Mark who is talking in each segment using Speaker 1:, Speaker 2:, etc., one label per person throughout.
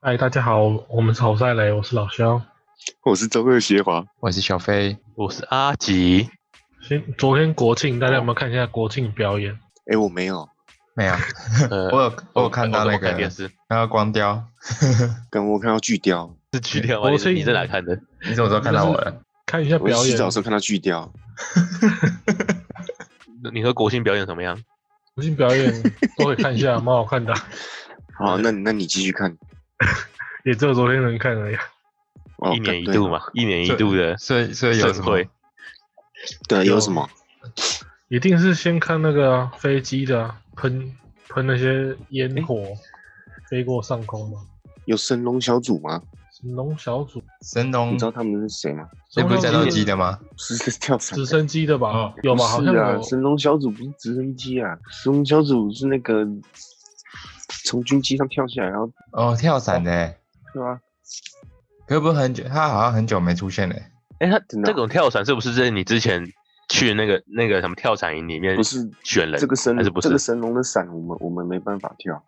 Speaker 1: 嗨，大家好，我们是好赛雷，我是老肖。
Speaker 2: 我是中二邪华，
Speaker 3: 我是小飞，
Speaker 4: 我是阿吉，
Speaker 1: 先，昨天国庆，大家有没有看一下国庆表演？
Speaker 2: 哎、我没有，
Speaker 3: 没有，
Speaker 4: 呃
Speaker 3: 我有我有看到
Speaker 4: 我
Speaker 3: 那
Speaker 4: 我看
Speaker 3: 个
Speaker 4: 电视，
Speaker 3: 那个光雕，
Speaker 2: 刚我看到巨雕，
Speaker 4: 是去掉
Speaker 1: 我
Speaker 4: 吗？你
Speaker 1: 是
Speaker 4: 你在哪看的？
Speaker 3: 你什么时候看到我了？
Speaker 1: 看一下
Speaker 2: 我
Speaker 1: 表
Speaker 2: 洗
Speaker 1: 演。
Speaker 2: 澡的时候看到巨雕，
Speaker 4: 你和国庆表演怎么样？
Speaker 1: 国庆表演都可以看一 下，蛮好看的，啊
Speaker 2: 好，那那你继续看，
Speaker 1: 也只有昨天能看而已。啊
Speaker 2: 哦，
Speaker 4: 一年一
Speaker 2: 对
Speaker 4: 度，嘛，一年一度的
Speaker 3: 所以所以有什
Speaker 4: 盛
Speaker 3: 么
Speaker 4: 会
Speaker 2: 对，有什么？
Speaker 1: 一定是先看那个啊、飞机的啊喷喷那些烟火、飞过上空嘛。
Speaker 2: 有神龙小组吗？
Speaker 1: 神龙小组，
Speaker 3: 神
Speaker 2: 你
Speaker 3: 龙
Speaker 1: 嗯
Speaker 2: 知？道他们是谁吗？
Speaker 3: 这不是战斗机
Speaker 1: 的，
Speaker 3: 的吗？
Speaker 2: 是是跳伞
Speaker 1: 直，升机的吧？
Speaker 3: 哦
Speaker 1: 有吗？好
Speaker 2: 不
Speaker 1: 像
Speaker 2: 是啊，
Speaker 1: 有。
Speaker 2: 神龙小组不是直升机啊，神龙小组是那个从军机上跳下来，然后
Speaker 3: 哦，跳伞的，
Speaker 2: 对吧？
Speaker 3: 可不是很久，他好像很久没出现嘞。
Speaker 4: 哎，他
Speaker 2: 真的啊
Speaker 4: 这种跳伞是不是在你之前去那个那个什么跳伞营里面
Speaker 2: 不是
Speaker 4: 选人？
Speaker 2: 这个神
Speaker 4: 还是不
Speaker 2: 这个
Speaker 4: 是？
Speaker 2: 神龙的伞，我们我们没办法跳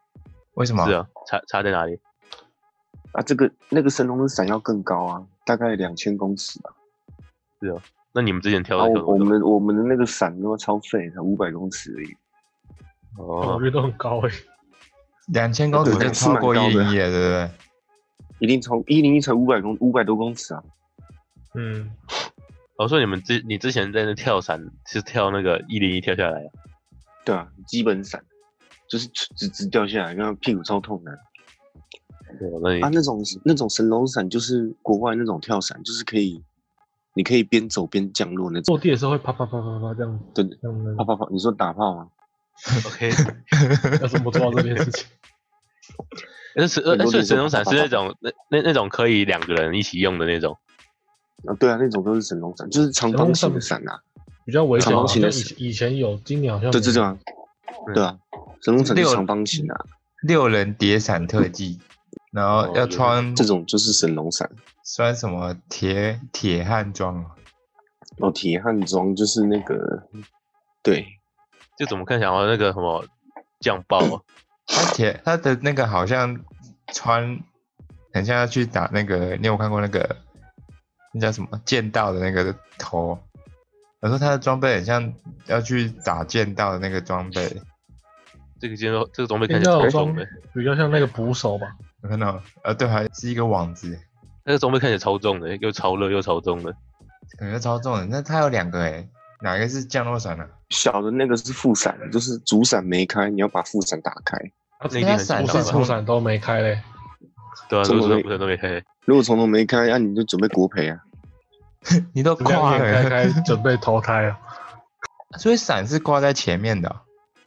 Speaker 3: 为什么
Speaker 4: 是？啊，差差在哪里？
Speaker 2: 啊，这个那个神龙的伞要更高啊，大概两千公尺吧。
Speaker 4: 那你们之前跳
Speaker 2: 然
Speaker 4: 的
Speaker 2: 后
Speaker 4: 跳
Speaker 2: 我我
Speaker 4: 什么
Speaker 2: 们的我们的那个伞都超废，才五百公尺而已。
Speaker 1: 我
Speaker 4: 哦
Speaker 1: 觉，得都很高欸诶、
Speaker 3: 两千公尺就超过一零一了，对不对？
Speaker 2: 一定从一零一才五百公五百多公尺啊！
Speaker 1: 嗯，
Speaker 4: 我哦说你们之你之前在那跳伞是跳那个一零一跳下来啊？
Speaker 2: 对啊，基本伞就是直直掉下来，然后屁股超痛的啊！
Speaker 4: 对，那你
Speaker 2: 那种那种神龙伞就是国外那种跳伞，就是可以，你可以边走边降落那种。
Speaker 1: 坐地的时候会啪啪啪啪啪这样，
Speaker 2: 对，
Speaker 1: 这样
Speaker 2: 啪
Speaker 1: 的。
Speaker 2: 啪啪！你说打炮吗？
Speaker 4: OK，
Speaker 1: 要怎么做到这件事情？
Speaker 4: 那是呃
Speaker 2: 很多
Speaker 4: 所以
Speaker 2: 地方
Speaker 4: 神龙伞
Speaker 2: 啪
Speaker 4: 是
Speaker 2: 啪
Speaker 4: 那种那那那种可以两个人一起用的那种。
Speaker 2: 啊，对啊，那种都是神龙伞，就是长方形的伞啊。
Speaker 1: 比较危险，
Speaker 2: 长
Speaker 1: 好
Speaker 2: 方形
Speaker 1: 像
Speaker 2: 的
Speaker 1: 以以前有，今年好像
Speaker 2: 对对
Speaker 1: 没
Speaker 2: 对
Speaker 1: 有
Speaker 2: 啊，对啊，神龙伞是
Speaker 3: 六
Speaker 2: 长方形啊，
Speaker 3: 六人叠伞特技，然后要穿
Speaker 2: 哦这种就是神龙伞。
Speaker 3: 穿什么铁铁汉装哦？
Speaker 2: 哦，铁汉装就是那个，对，
Speaker 4: 就怎么看起来好像那个什么酱爆啊，
Speaker 3: 他铁他的那个好像穿，很像要去打那个，你有看过那个那叫什么剑道的那个头？我说他的装备很像要去打剑道的那个装备，
Speaker 4: 这个肌肉这个装备看起来超重的，
Speaker 1: 比较像那个捕手吧。
Speaker 3: 有看到吗？呃，对，还是一个网子，
Speaker 4: 那个装备看起来超重的，又超热又超重的。
Speaker 3: 感觉超重的。那他有两个诶，哪一个是降落伞呢、啊？
Speaker 2: 小的那个是副伞，就是主伞没开，你要把副伞打开。
Speaker 1: 他
Speaker 4: 那一定
Speaker 3: 那
Speaker 4: 很紧
Speaker 1: 不
Speaker 3: 伞
Speaker 1: 是
Speaker 4: 张
Speaker 3: 哦是
Speaker 4: 吧？
Speaker 1: 出伞都没开嘞，
Speaker 4: 对啊，
Speaker 2: 这
Speaker 4: 都
Speaker 2: 么
Speaker 4: 是
Speaker 2: 累
Speaker 4: 不是都没开。
Speaker 2: 如果从头没开，那、你就准备国赔啊。
Speaker 3: 你都
Speaker 1: 两
Speaker 3: 挂
Speaker 1: 眼开
Speaker 3: 了，
Speaker 1: 开准备投胎啊。
Speaker 3: 欸所以伞是挂在前面的哦、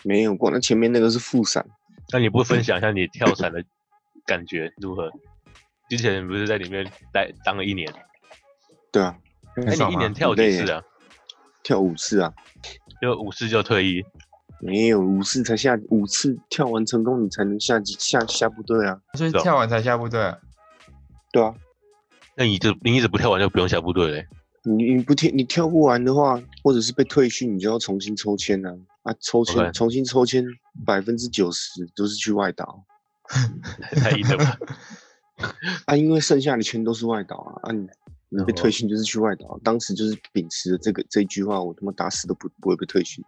Speaker 2: 没有过，那前面那个是副伞，
Speaker 4: 那你不分享一下你跳伞的感觉如何？之前不是在里面待当了一年，
Speaker 2: 对啊，
Speaker 4: 那
Speaker 3: 爽
Speaker 4: 你一
Speaker 3: 吗
Speaker 4: 年跳几次啊？
Speaker 2: 跳五次啊，
Speaker 4: 就五次就退役，
Speaker 2: 没有五次才下五次跳完成功，你才能下级下下部队啊，
Speaker 3: 所以
Speaker 4: 是哦
Speaker 3: 跳完才下部队啊。
Speaker 2: 对啊，
Speaker 4: 那你就你一直不跳完就不用下部队欸嘞、
Speaker 2: 你你不跳你跳不完的话，或者是被退训，你就要重新抽签啊啊，抽签
Speaker 4: OK
Speaker 2: 重新抽签，百分之九十都是去外岛
Speaker 4: 太硬了吧？
Speaker 2: 啊，因为剩下的全都是外岛啊，啊你你被退训就是去外岛，当时就是秉持着这个这一句话，我他妈打死都不不会被退训，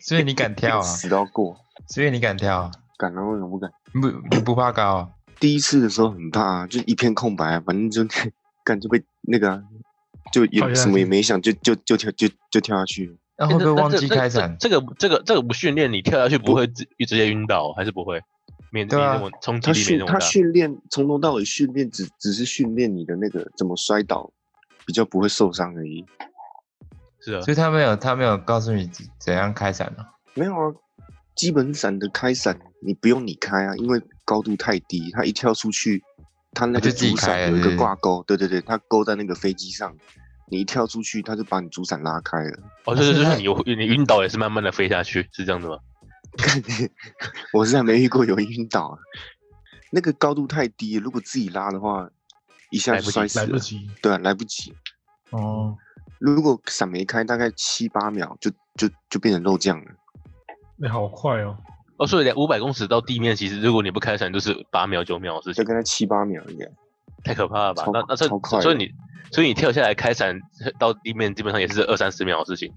Speaker 3: 所以你敢跳啊？
Speaker 2: 死都要过，
Speaker 3: 所以你敢跳、啊？
Speaker 2: 敢啊，为什么不敢？
Speaker 3: 你不你不怕高、啊？
Speaker 2: 第一次的时候很怕、啊，就一片空白、啊，反正就 感就被那个、啊，就
Speaker 1: 跳下
Speaker 2: 也
Speaker 1: 去
Speaker 2: 什么也没想，就就就跳就就跳下去了。
Speaker 3: 那会不会
Speaker 4: 那
Speaker 3: 忘记
Speaker 4: 这
Speaker 3: 开
Speaker 4: 这
Speaker 3: 伞？
Speaker 4: 这这个这个这个不训练，你跳下去不会直直接晕倒，还是不会？没
Speaker 3: 对啊
Speaker 4: 没那么冲击
Speaker 2: 他
Speaker 4: 力没
Speaker 2: 训
Speaker 4: 那么
Speaker 2: 他
Speaker 4: 大。
Speaker 2: 训练从头到尾训练，只只是训练你的那个怎么摔倒，比较不会受伤而已。
Speaker 4: 是啊，
Speaker 3: 所以他没有，他没有告诉你怎怎样开伞哦。
Speaker 2: 没有啊，基本伞的开伞你不用你开啊，因为高度太低，他一跳出去，他那
Speaker 3: 他就
Speaker 2: 个
Speaker 3: 自己
Speaker 2: 主
Speaker 3: 开了
Speaker 2: 伞有一
Speaker 3: 是
Speaker 2: 个
Speaker 3: 不是
Speaker 2: 挂钩，对对对，他勾在那个飞机上，你一跳出去，他就把你主伞拉开了。
Speaker 4: 哦，就是就
Speaker 3: 现
Speaker 4: 是
Speaker 3: 在
Speaker 4: 你你晕倒也是慢慢的飞下去，是这样子吗？
Speaker 2: 我是还没遇过有晕倒啊，那个高度太低，如果自己拉的话，一下就摔死
Speaker 1: 来
Speaker 2: 了。
Speaker 1: 不及，
Speaker 2: 对啊，来不及。
Speaker 3: 哦，
Speaker 2: 如果伞没开，大概七八秒就就就变成肉酱了。
Speaker 1: 你好快哦！
Speaker 4: 哦，所以两五百公尺到地面，其实如果你不开伞，就是八秒九秒的事
Speaker 2: 就
Speaker 4: 情，
Speaker 2: 跟他七八秒应该。
Speaker 4: 太可怕了吧
Speaker 2: 超？
Speaker 4: 那那所
Speaker 2: 超快的
Speaker 4: 以所以你所以你跳下来开伞到地面，基本上也是二三十秒的事情。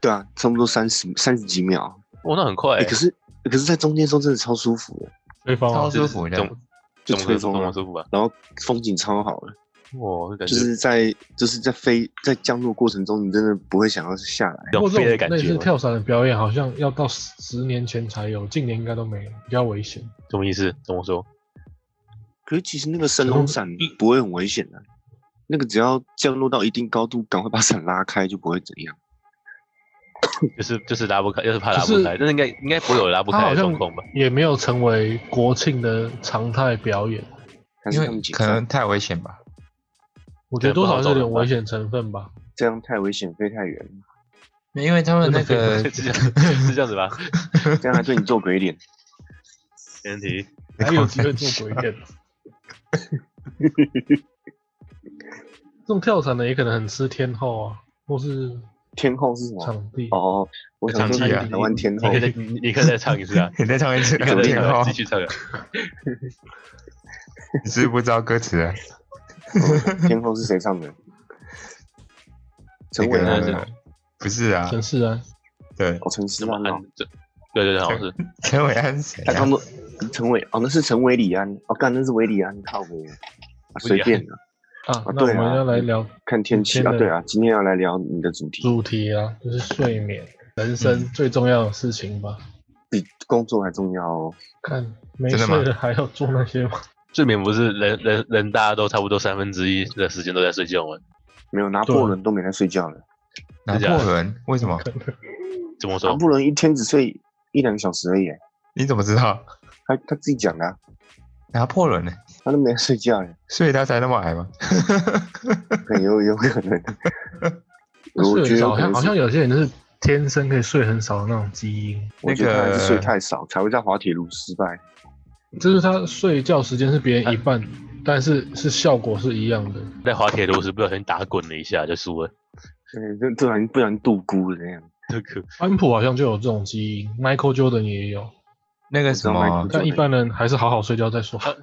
Speaker 2: 对啊，差不多三十三十几秒。
Speaker 4: 哇，那很快、
Speaker 2: 哎、
Speaker 4: 欸，
Speaker 2: 可是可是，在中间的时候真的超舒服的，
Speaker 1: 对方
Speaker 3: 超
Speaker 1: 啊，
Speaker 3: 舒服，你知道
Speaker 4: 懂
Speaker 3: 吗？
Speaker 2: 就
Speaker 4: 怎
Speaker 2: 吹
Speaker 4: 么
Speaker 2: 风
Speaker 4: 么
Speaker 2: 啊，
Speaker 4: 舒服吧？
Speaker 2: 然后风景超好的，
Speaker 4: 哇，感
Speaker 2: 就
Speaker 4: 觉
Speaker 2: 是在就是在飞在降落过程中，你真的不会想要下来。
Speaker 4: 有
Speaker 1: 不过这
Speaker 4: 种飞
Speaker 1: 种
Speaker 4: 的感
Speaker 1: 类
Speaker 4: 觉哦
Speaker 1: 似
Speaker 4: 吗，
Speaker 1: 跳伞的表演，好像要到十十年前才有，近年应该都没有，比较危险。
Speaker 4: 什么意思？怎么说？
Speaker 2: 可是其实那个升空伞不会很危险的、那个只要降落到一定高度，赶快把伞拉开就不会怎样。
Speaker 4: 就是就是拉不开，就是怕拉
Speaker 1: 就
Speaker 4: 不
Speaker 1: 是
Speaker 4: 开，但是应该应该不会有拉不
Speaker 1: 它
Speaker 4: 开
Speaker 1: 好
Speaker 4: 的状
Speaker 1: 像
Speaker 4: 况吧？
Speaker 1: 也没有成为国庆的常态表演，
Speaker 2: 但
Speaker 3: 因
Speaker 2: 是他
Speaker 3: 为
Speaker 2: 们解
Speaker 3: 可能
Speaker 2: 散
Speaker 3: 太危险吧。
Speaker 1: 我觉得
Speaker 4: 对
Speaker 1: 多
Speaker 4: 不好
Speaker 1: 少是有点
Speaker 4: 找人吧
Speaker 1: 危险成分吧。
Speaker 2: 这样太危险，飞太远，
Speaker 3: 因为他们那个！
Speaker 4: 是这样是这样子吧？
Speaker 2: 这样还对你做鬼脸。
Speaker 4: 没问题。
Speaker 1: 还有机会做鬼脸。这种跳伞的也可能很吃天候啊，或是
Speaker 2: 天后是什么？
Speaker 1: 场地。
Speaker 2: 哦，我想说
Speaker 4: 场地啊
Speaker 2: 他是台湾天
Speaker 4: 你
Speaker 2: 后
Speaker 4: 可以，再你你可以再唱一次啊
Speaker 3: 你在上面吃
Speaker 4: 你可以再
Speaker 3: 天
Speaker 4: 唱
Speaker 3: 后
Speaker 4: 啊，继，续唱啊！
Speaker 3: 你是不是不知道歌词啊？
Speaker 2: 天后是谁唱 的？陈
Speaker 3: 那
Speaker 2: 伟
Speaker 4: 安
Speaker 2: 安
Speaker 4: 是
Speaker 3: 个不是啊，
Speaker 1: 城市啊，
Speaker 3: 对，
Speaker 2: 哦，陈思
Speaker 4: 怎么
Speaker 2: 安
Speaker 4: 按
Speaker 2: 哦。
Speaker 4: 这？对对对，好像是。
Speaker 3: 陈伟安是谁
Speaker 2: 他
Speaker 3: 啊
Speaker 2: 他？们陈伟哦，那是陈伟李安哦，干那是韦礼安，靠我随便的，
Speaker 1: 啊
Speaker 2: 啊，
Speaker 1: 那我
Speaker 2: 对啊
Speaker 1: 们要来聊
Speaker 2: 看天气
Speaker 1: 今天
Speaker 2: 啊，
Speaker 1: 的
Speaker 2: 对啊，今天要来聊你的主题，
Speaker 1: 主题啊，就是睡眠，人
Speaker 3: 嗯
Speaker 1: 生最重要的事情吧。
Speaker 2: 比工作还重要哦。
Speaker 1: 看没
Speaker 3: 真的吗
Speaker 1: 睡了还要做那些吗？
Speaker 4: 睡眠不是人人人大家都差不多三分之一的时间都在睡觉吗？
Speaker 2: 没有拿
Speaker 1: 对
Speaker 2: 破仑都没在睡觉了，
Speaker 3: 拿破仑？为什么？
Speaker 4: 怎么
Speaker 1: 啊
Speaker 2: 拿
Speaker 4: 说？
Speaker 2: 破仑一天只睡一两个小时而已，
Speaker 3: 你怎么知道？
Speaker 2: 他他自己讲的啊，
Speaker 3: 拿破仑呢？
Speaker 2: 他都没在睡觉耶，
Speaker 3: 所以他才那么矮吗？
Speaker 2: 可能有有可能， 我
Speaker 1: 睡
Speaker 2: 觉
Speaker 1: 很少，好像
Speaker 2: 得有可能
Speaker 1: 好像
Speaker 2: 是，
Speaker 1: 有些人就是天生可以睡很少的那种基因，
Speaker 2: 我觉得他还是
Speaker 3: 那个
Speaker 2: 睡太少，才会在滑铁卢失败。
Speaker 1: 就是他睡觉时间是别人一半，但是是效果是一样的。
Speaker 4: 在滑铁卢时不小心打滚了一下就输了，
Speaker 2: 对，就突然不然度孤了那样，
Speaker 4: 这个
Speaker 1: 安普好像就有这种基因，Michael Jordan 也有，
Speaker 3: 那个什么
Speaker 2: 我知道
Speaker 1: 但一般人还是好好睡觉再说。呃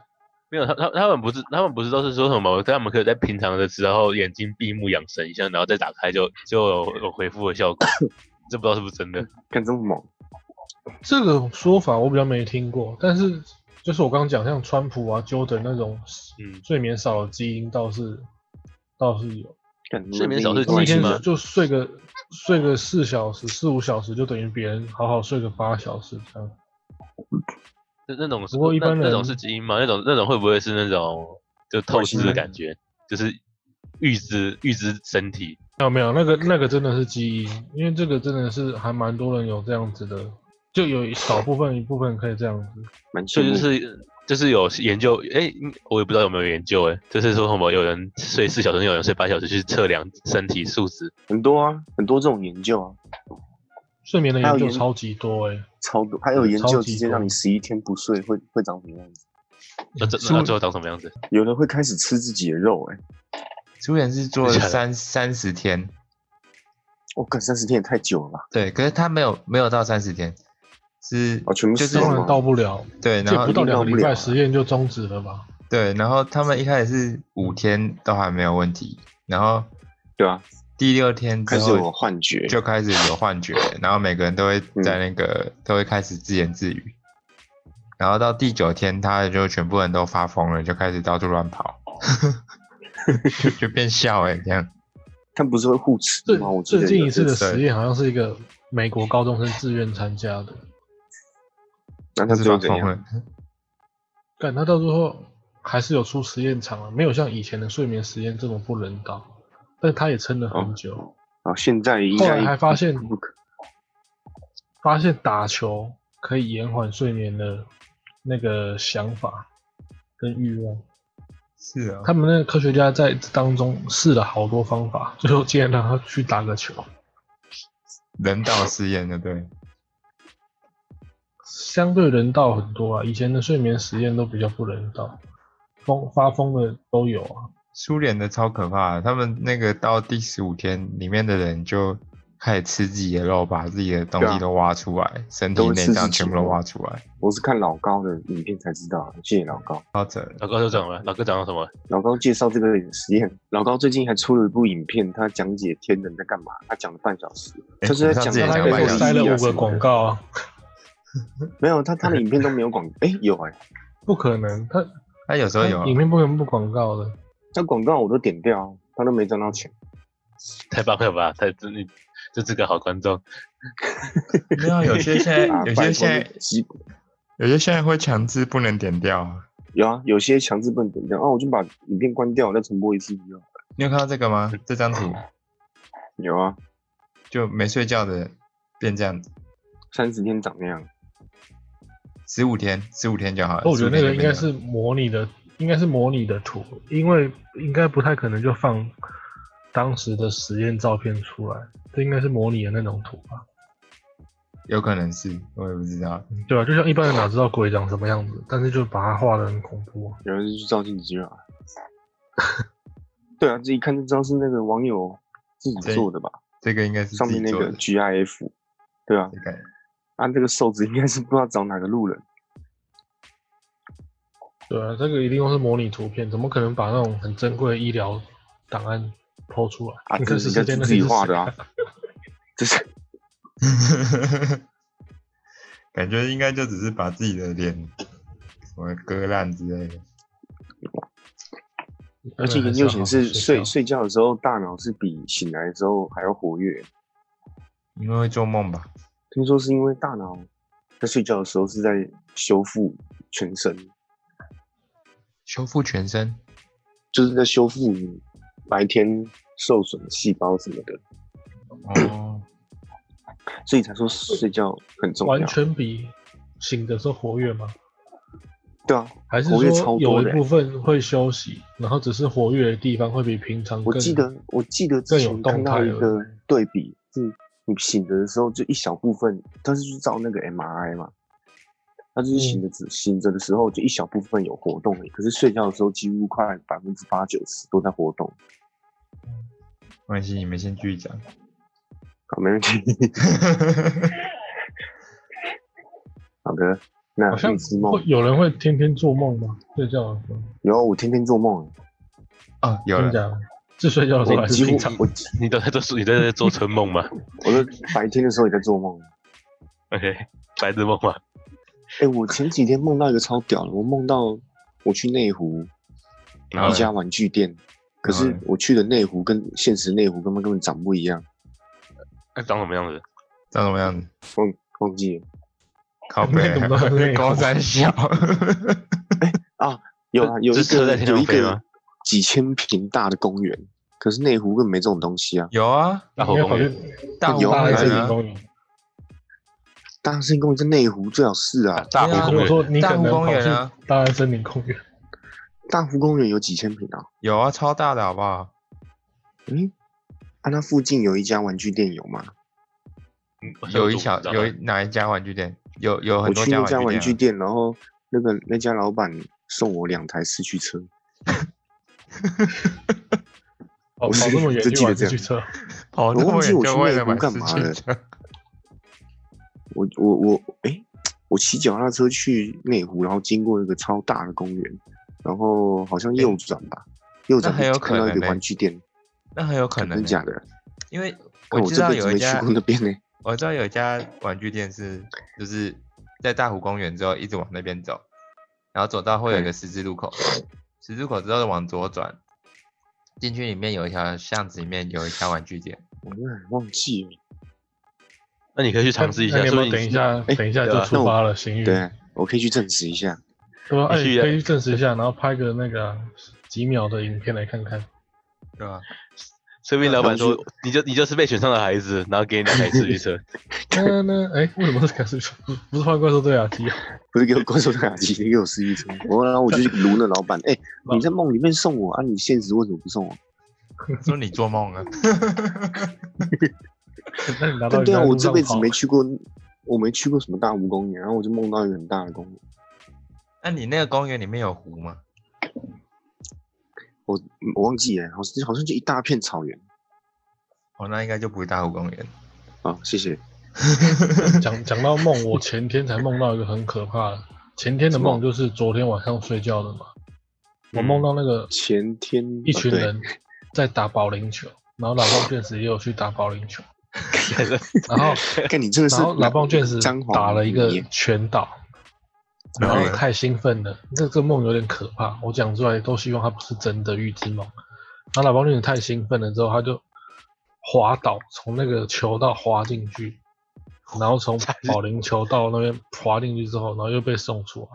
Speaker 4: 没有他他他们不是他们不是都是说什么？他们可以在平常的时候眼睛闭目养神一下，然后再打开就就有有回复的效果， 这不知道是不是真的？
Speaker 2: 干这么猛，
Speaker 1: 这个说法我比较没听过，但是就是我刚刚讲，像川普啊、Jordan 那种
Speaker 4: 嗯，
Speaker 1: 睡眠少的基因倒是倒是有，
Speaker 2: 干
Speaker 4: 睡眠少
Speaker 2: 那
Speaker 4: 是
Speaker 1: 一
Speaker 4: 关系
Speaker 1: 天
Speaker 2: 另
Speaker 4: 吗
Speaker 2: 外
Speaker 1: 就就睡个睡个四小时、四五小时，就等于别人好好睡个八小时这样。
Speaker 4: 那那种是
Speaker 1: 不过一般
Speaker 4: 那那种
Speaker 1: 人
Speaker 4: 是基因吗？那种那种会不会是那种就透
Speaker 2: 外星
Speaker 4: 支的
Speaker 1: 人
Speaker 4: 感觉？就是预知预知身体，
Speaker 1: 没哦有没有，那个那个真的是基因，因为这个真的是还蛮多人有这样子的，就有一少部分一部分可以这样子。
Speaker 2: 蛮
Speaker 4: 所
Speaker 2: 羡
Speaker 4: 以
Speaker 1: 嗯
Speaker 2: 慕
Speaker 4: 就
Speaker 2: 的
Speaker 4: 是就是有研究，哎、嗯我也不知道有没有研究、诶哎，就是说什么有人睡四小时，有人睡八小时去测量身体素质，
Speaker 2: 很多啊，很多这种研究啊，
Speaker 1: 睡眠的研
Speaker 2: 还有
Speaker 1: 究
Speaker 2: 研
Speaker 1: 超级多哎、
Speaker 2: 超多，还有研
Speaker 1: 超
Speaker 2: 究
Speaker 1: 级
Speaker 2: 直接
Speaker 1: 多
Speaker 2: 让你十一天不睡会会长什么样子，
Speaker 4: 那这
Speaker 3: 是
Speaker 4: 那
Speaker 3: 不
Speaker 4: 最后长什么样子？
Speaker 2: 有人会开始吃自己的肉、欸，哎，
Speaker 3: 朱元是做了
Speaker 4: 真的假的
Speaker 3: 三三十天，
Speaker 2: 我哦干三十天也太久了吧？
Speaker 3: 对，可是他没有没有到三十天，是
Speaker 2: 哦全部
Speaker 3: 就
Speaker 2: 死
Speaker 3: 是
Speaker 2: 了
Speaker 1: 当
Speaker 2: 吗
Speaker 1: 然到不了，
Speaker 3: 对，然
Speaker 1: 这
Speaker 3: 后
Speaker 1: 不到两
Speaker 2: 到
Speaker 1: 个
Speaker 2: 不
Speaker 1: 礼拜
Speaker 2: 了啊
Speaker 1: 实验就终止了吧？
Speaker 3: 对，然后他们一开始是五天都还没有问题，然后
Speaker 2: 对啊，
Speaker 3: 第六天之
Speaker 2: 开始有
Speaker 3: 后
Speaker 2: 幻觉，
Speaker 3: 就开始有幻觉，然后每个人都会在
Speaker 2: 嗯
Speaker 3: 那个、都会开始自言自语，然后到第九天，他就全部人都发疯了，就开始到处乱 跑，就就变笑哎、这样，
Speaker 2: 他们不是会互吃
Speaker 1: 最
Speaker 2: 吗？我记
Speaker 1: 最
Speaker 2: 得
Speaker 1: 近
Speaker 2: 有
Speaker 1: 一次的
Speaker 2: 这
Speaker 1: 实验好像是一个美国高中生自愿参加的，
Speaker 2: 那
Speaker 3: 就
Speaker 2: 他
Speaker 3: 是
Speaker 2: 最
Speaker 3: 发
Speaker 2: 后怎
Speaker 3: 疯
Speaker 2: 样？
Speaker 3: 了，
Speaker 1: 但他到最后还是有出实验场了，没有像以前的睡眠实验这么不人道，但他也撑了很久。
Speaker 2: 啊，现在应
Speaker 1: 后
Speaker 2: 该嗯
Speaker 1: 来还发现
Speaker 2: 不可
Speaker 1: 发现打球可以延缓睡眠的那个想法跟欲望。
Speaker 3: 是啊、
Speaker 1: 他们那个科学家在当中试了好多方法，最后竟然让他去打个球。
Speaker 3: 人道试验的对，
Speaker 1: 相对人道很多啊，以前的睡眠实验都比较不人道，疯发疯的都有啊。
Speaker 3: 啊苏联的超可怕，他们那个到第十五天里面的人就开始吃自己的肉，把自己的东
Speaker 2: 对
Speaker 3: 西
Speaker 2: 啊
Speaker 3: 都挖出来，身体
Speaker 2: 都会
Speaker 3: 内
Speaker 2: 吃
Speaker 3: 脏
Speaker 2: 自己
Speaker 3: 全部
Speaker 2: 的
Speaker 3: 都
Speaker 2: 肉
Speaker 3: 挖出来。
Speaker 2: 我是看老高的影片才知道，啊谢谢老高。
Speaker 3: 好扯了，
Speaker 4: 老哥就讲了，老哥讲到什么？
Speaker 2: 老高介绍这个实验，老高最近还出了一部影片，他讲解天人在干嘛，他讲了半小时，
Speaker 3: 诶
Speaker 2: 他是在
Speaker 3: 我上
Speaker 2: 讲
Speaker 3: 次也
Speaker 1: 他
Speaker 2: 他
Speaker 3: 讲
Speaker 1: 给
Speaker 3: 了
Speaker 2: 背
Speaker 1: 我
Speaker 2: 后
Speaker 3: 半小
Speaker 1: 塞
Speaker 3: 时
Speaker 1: 了
Speaker 2: 意义啊
Speaker 1: 五
Speaker 2: 什
Speaker 1: 个
Speaker 2: 么的
Speaker 1: 广，告啊，
Speaker 2: 没有他他的影片都没有广， 哎、有哎、
Speaker 1: 不可能，他
Speaker 3: 他有时候有
Speaker 1: 他
Speaker 3: 啊
Speaker 1: 影哎片不可能不广告的。
Speaker 2: 他广告我都点掉，啊他都没赚到钱，
Speaker 4: 太棒了吧！太真你这是个好观众，
Speaker 3: 没有，有些现在
Speaker 2: 啊，
Speaker 3: 有
Speaker 2: 拜托
Speaker 3: 些现在
Speaker 2: 这几
Speaker 3: 有些现在会强制不能点掉啊。
Speaker 2: 有啊，有些强制不能点掉啊，我就把影片关掉，我再重播一次就好。
Speaker 3: 你有看到这个吗？这张图
Speaker 2: 有啊，
Speaker 3: 就没睡觉的人变这样，
Speaker 2: 三十天长那样，
Speaker 3: 十五天，十五天就好了。
Speaker 1: 我觉得那
Speaker 3: 15
Speaker 1: 个
Speaker 3: 天
Speaker 1: 应
Speaker 3: 就
Speaker 1: 该
Speaker 3: 变这
Speaker 1: 哦是
Speaker 3: 样
Speaker 1: 模拟的，应该是模拟的图，因为应该不太可能就放当时的实验照片出来，这应该是模拟的那种图吧？
Speaker 3: 有可能是，我也不知道。
Speaker 1: 嗯对啊，就像一般人哪知道鬼长什么样子，但是就把它画的很恐怖啊。
Speaker 2: 有人去照镜子就好了。 对啊，这一看就知道是那个网友自己
Speaker 3: 对
Speaker 2: 做的吧？
Speaker 3: 这个应该是
Speaker 2: 上
Speaker 3: 自
Speaker 2: 面
Speaker 3: 己
Speaker 2: 那
Speaker 3: 做
Speaker 2: 个
Speaker 3: 的。
Speaker 2: GIF，对啊，
Speaker 3: 这个
Speaker 2: 啊，这个瘦子应该是不知道找哪个路人，
Speaker 1: 对啊，这个一定都是模拟图片，怎么可能把那种很珍贵的医疗档案剖出来？
Speaker 2: 啊
Speaker 1: 你看
Speaker 2: 这
Speaker 1: 十
Speaker 2: 是
Speaker 1: 四
Speaker 2: 人家
Speaker 1: 天那
Speaker 2: 自己
Speaker 1: 是谁
Speaker 2: 画的啊，这是
Speaker 3: 呃感觉应该就只是把自己的脸什么割烂之类的。
Speaker 2: 而且研究
Speaker 3: 啊
Speaker 2: 显示睡睡觉的时候大脑是比醒来的时候还要活跃，
Speaker 3: 因为会做梦吧？
Speaker 2: 听说是因为大脑在睡觉的时候是在修复全身，
Speaker 3: 修复全身，
Speaker 2: 就是在修复你白天受损的细胞什么的，
Speaker 3: 哦，
Speaker 2: 所以才说睡觉很重
Speaker 1: 完
Speaker 2: 要。
Speaker 1: 全比醒的时候活跃吗？
Speaker 2: 对啊，
Speaker 1: 还是
Speaker 2: 活跃超
Speaker 1: 说有
Speaker 2: 多的
Speaker 1: 一部分会休息，然后只是活跃的地方会比平常
Speaker 2: 我
Speaker 1: 更？
Speaker 2: 记得我记得之
Speaker 1: 更有
Speaker 2: 前
Speaker 1: 动
Speaker 2: 看到
Speaker 1: 态
Speaker 2: 一
Speaker 1: 了
Speaker 2: 个对比，是你醒着的时候就一小部分，它是去照那个 MRI 嘛，它就是
Speaker 1: 嗯
Speaker 2: 醒着只、醒着的时候就一小部分有活动而已，可是睡觉的时候几乎快百分之八九十都在活动。
Speaker 3: 没关系，你们先继续讲。
Speaker 2: 好，没 问题。好的，那
Speaker 1: 好像
Speaker 2: 预知梦
Speaker 1: 会，有人会天天做梦吗？睡觉的时候，
Speaker 2: 然后我天天做梦，欸
Speaker 3: 哦，有
Speaker 1: 真
Speaker 3: 了，
Speaker 1: 假的？是睡觉的时候
Speaker 2: 我
Speaker 1: 还是
Speaker 2: 几乎
Speaker 1: 平常？
Speaker 2: 我
Speaker 4: 你都在做你都在做春梦吗
Speaker 2: 我说白天的时候也在做梦。
Speaker 4: ？OK，白日梦吗？
Speaker 2: 哎、我前几天梦到一个超屌的，我梦到我去内湖
Speaker 3: 然后
Speaker 2: 一
Speaker 3: 嘞
Speaker 2: 家玩具店，可
Speaker 3: 然后
Speaker 2: 是
Speaker 3: 嘞
Speaker 2: 我去的内湖跟现实内湖根本根本长不一样，
Speaker 4: 那长什么样子？
Speaker 3: 长什么样子？
Speaker 2: 忘忘记了
Speaker 3: 靠背
Speaker 1: 那怎么办那，
Speaker 3: 高 三小，
Speaker 2: 有啊，有
Speaker 4: 这
Speaker 2: 一
Speaker 4: 车
Speaker 2: 个
Speaker 4: 在天
Speaker 2: 有
Speaker 4: 上
Speaker 2: 一
Speaker 4: 飞
Speaker 2: 个
Speaker 4: 吗
Speaker 2: 几千平大的公园，可是内湖根本没这种东西啊。
Speaker 3: 有啊，
Speaker 4: 大后公园
Speaker 3: 大湖
Speaker 2: 有
Speaker 1: 大
Speaker 3: 公
Speaker 1: 安森
Speaker 3: 园
Speaker 1: 林
Speaker 3: 啊，
Speaker 1: 公园。
Speaker 2: 大森林公园在内湖最好是啊，
Speaker 4: 大湖
Speaker 3: 对啊
Speaker 4: 公
Speaker 1: 我
Speaker 4: 园
Speaker 1: 说你可能
Speaker 3: 大湖
Speaker 1: 跑
Speaker 3: 公
Speaker 1: 去
Speaker 3: 园啊
Speaker 1: 大安森林公园，
Speaker 2: 大湖公园有几千平啊？
Speaker 3: 有啊，超大的好不好？
Speaker 2: 嗯，啊，那附近有一家玩具店有吗？
Speaker 3: 有一小
Speaker 4: 啊
Speaker 3: 有一哪一家玩具店？有有
Speaker 2: 我
Speaker 3: 哦很多
Speaker 2: 去那家玩
Speaker 3: 玩
Speaker 2: 具
Speaker 3: 具店啊
Speaker 2: 店，然后那个那家老板送我两台四驱车，
Speaker 1: 跑
Speaker 2: 我
Speaker 1: 跑
Speaker 2: 是
Speaker 1: 那么远
Speaker 2: 就记
Speaker 1: 去
Speaker 2: 得
Speaker 1: 玩自
Speaker 2: 这样
Speaker 1: 驱车，
Speaker 3: 啊，跑那
Speaker 2: 我
Speaker 3: 么
Speaker 2: 忘记
Speaker 3: 远
Speaker 2: 我去
Speaker 3: 就为
Speaker 2: 内
Speaker 3: 了
Speaker 2: 湖
Speaker 3: 买
Speaker 2: 干
Speaker 3: 四
Speaker 2: 嘛
Speaker 3: 驱
Speaker 2: 了
Speaker 3: 车，
Speaker 2: 我我我，哎、我骑脚踏车去内湖，然后经过一个超大的公园，然然后好像右转吧，右转
Speaker 3: 那很有
Speaker 2: 就看
Speaker 3: 可
Speaker 2: 到一
Speaker 3: 能
Speaker 2: 个
Speaker 3: 欸
Speaker 2: 玩具店，
Speaker 3: 那很有可能
Speaker 2: 真
Speaker 3: 欸，
Speaker 2: 假的？
Speaker 3: 因为
Speaker 2: 但我
Speaker 3: 知
Speaker 2: 这
Speaker 3: 道
Speaker 2: 辈子
Speaker 3: 有一
Speaker 2: 没去
Speaker 3: 家
Speaker 2: 过那边呢、
Speaker 3: 我知道有一家玩具店是，就是在大湖公园之后一直往那边走，然后走到会有一
Speaker 2: 嗯
Speaker 3: 个十字路口，十字路口之后往左转，进去里面有一条巷子，里面有一家玩具店。
Speaker 2: 我有点忘记了。
Speaker 3: 嗯
Speaker 4: 那你可以去尝试一下
Speaker 1: 那，你有
Speaker 4: 说
Speaker 1: 没
Speaker 4: 不
Speaker 1: 有等一
Speaker 4: 定你
Speaker 1: 下，
Speaker 2: 哎
Speaker 1: 等一下
Speaker 4: 对
Speaker 1: 就
Speaker 4: 啊
Speaker 1: 出发了？行运
Speaker 2: 对啊，我可以去证实一下。
Speaker 1: 对啊，哎，
Speaker 4: 你去
Speaker 1: 可以证实一下，然后拍个那个几秒的影片来看看。
Speaker 3: 对吧？
Speaker 4: 说不定老板
Speaker 2: 然后
Speaker 4: 说你就你就是被选上的孩子，然后给你两台四驱车，
Speaker 1: 那那哎，为什么是 开始不不是换怪兽对啊？机啊？
Speaker 2: 不是给我 关手打击，啊给我司机车。我然后我就去撸那老板，哎、 你在梦里面送我啊，你现实为什么不送我？
Speaker 3: 说你做梦啊？
Speaker 1: 那你拿到
Speaker 2: 但
Speaker 1: 一
Speaker 2: 对
Speaker 1: 个在
Speaker 2: 啊，我
Speaker 1: 路
Speaker 2: 这
Speaker 1: 上
Speaker 2: 辈子
Speaker 1: 跑
Speaker 2: 没去过，我没去过什么大湖公园，然后我就梦到一个很大的公园。嗯
Speaker 3: 那你那个公园里面有湖吗？
Speaker 2: 我我忘记了，好像好像就一大片草原。
Speaker 3: 哦，那应该就不是大湖公园。
Speaker 2: 啊，谢谢。
Speaker 1: 讲讲到梦，我前天才梦到一个很可怕的，前天的梦就是昨天晚上睡觉的嘛。我梦到那个
Speaker 2: 前天
Speaker 1: 一群
Speaker 2: 啊嗯 对
Speaker 1: 人在打保龄球，然后老棒卷子也有去打保龄 球，然后
Speaker 2: 看你真的是
Speaker 1: 然后老棒卷子
Speaker 2: 张皇
Speaker 1: 打了一个
Speaker 2: 你
Speaker 1: 全倒，然后太兴奋了，这这个梦有点可怕，我讲出来都希望它不是真的预知梦。然后老棒卷子太兴奋了之后，他就滑倒，从那个球道滑进去，然后从保龄球道那边滑进去之后，然后又被送出来，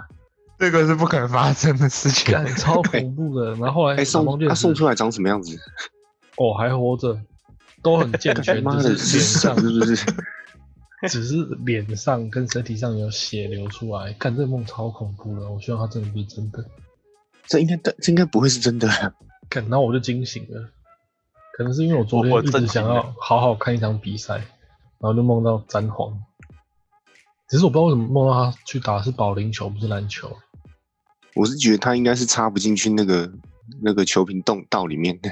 Speaker 3: 这个是不可能发生的事情。
Speaker 1: 干超恐怖的。然后后来
Speaker 2: 哎
Speaker 1: 老棒
Speaker 2: 送
Speaker 1: 卷
Speaker 2: 他
Speaker 1: 子
Speaker 2: 送出来长什么样子？
Speaker 1: 哦，还活着，都很 健全，
Speaker 2: 妈
Speaker 1: 只
Speaker 2: 的，
Speaker 1: 是脸
Speaker 2: 是什
Speaker 1: 上
Speaker 2: 么是不是？
Speaker 1: 只是脸上跟身体上有血流出来。看这梦超恐怖的，我希望它真的不是真的。
Speaker 2: 这应该这应该不会是真的。
Speaker 1: 看，然后我就惊醒了，可能是因为我昨天
Speaker 4: 我我
Speaker 1: 一直
Speaker 4: 震惊
Speaker 1: 想
Speaker 4: 了
Speaker 1: 要好好看一场比赛，然后就梦到詹皇。只是我不知道为什么梦到他去打的是保龄球，不是篮球。
Speaker 2: 我是觉得他应该是插不进去那个那个球瓶洞道里面的。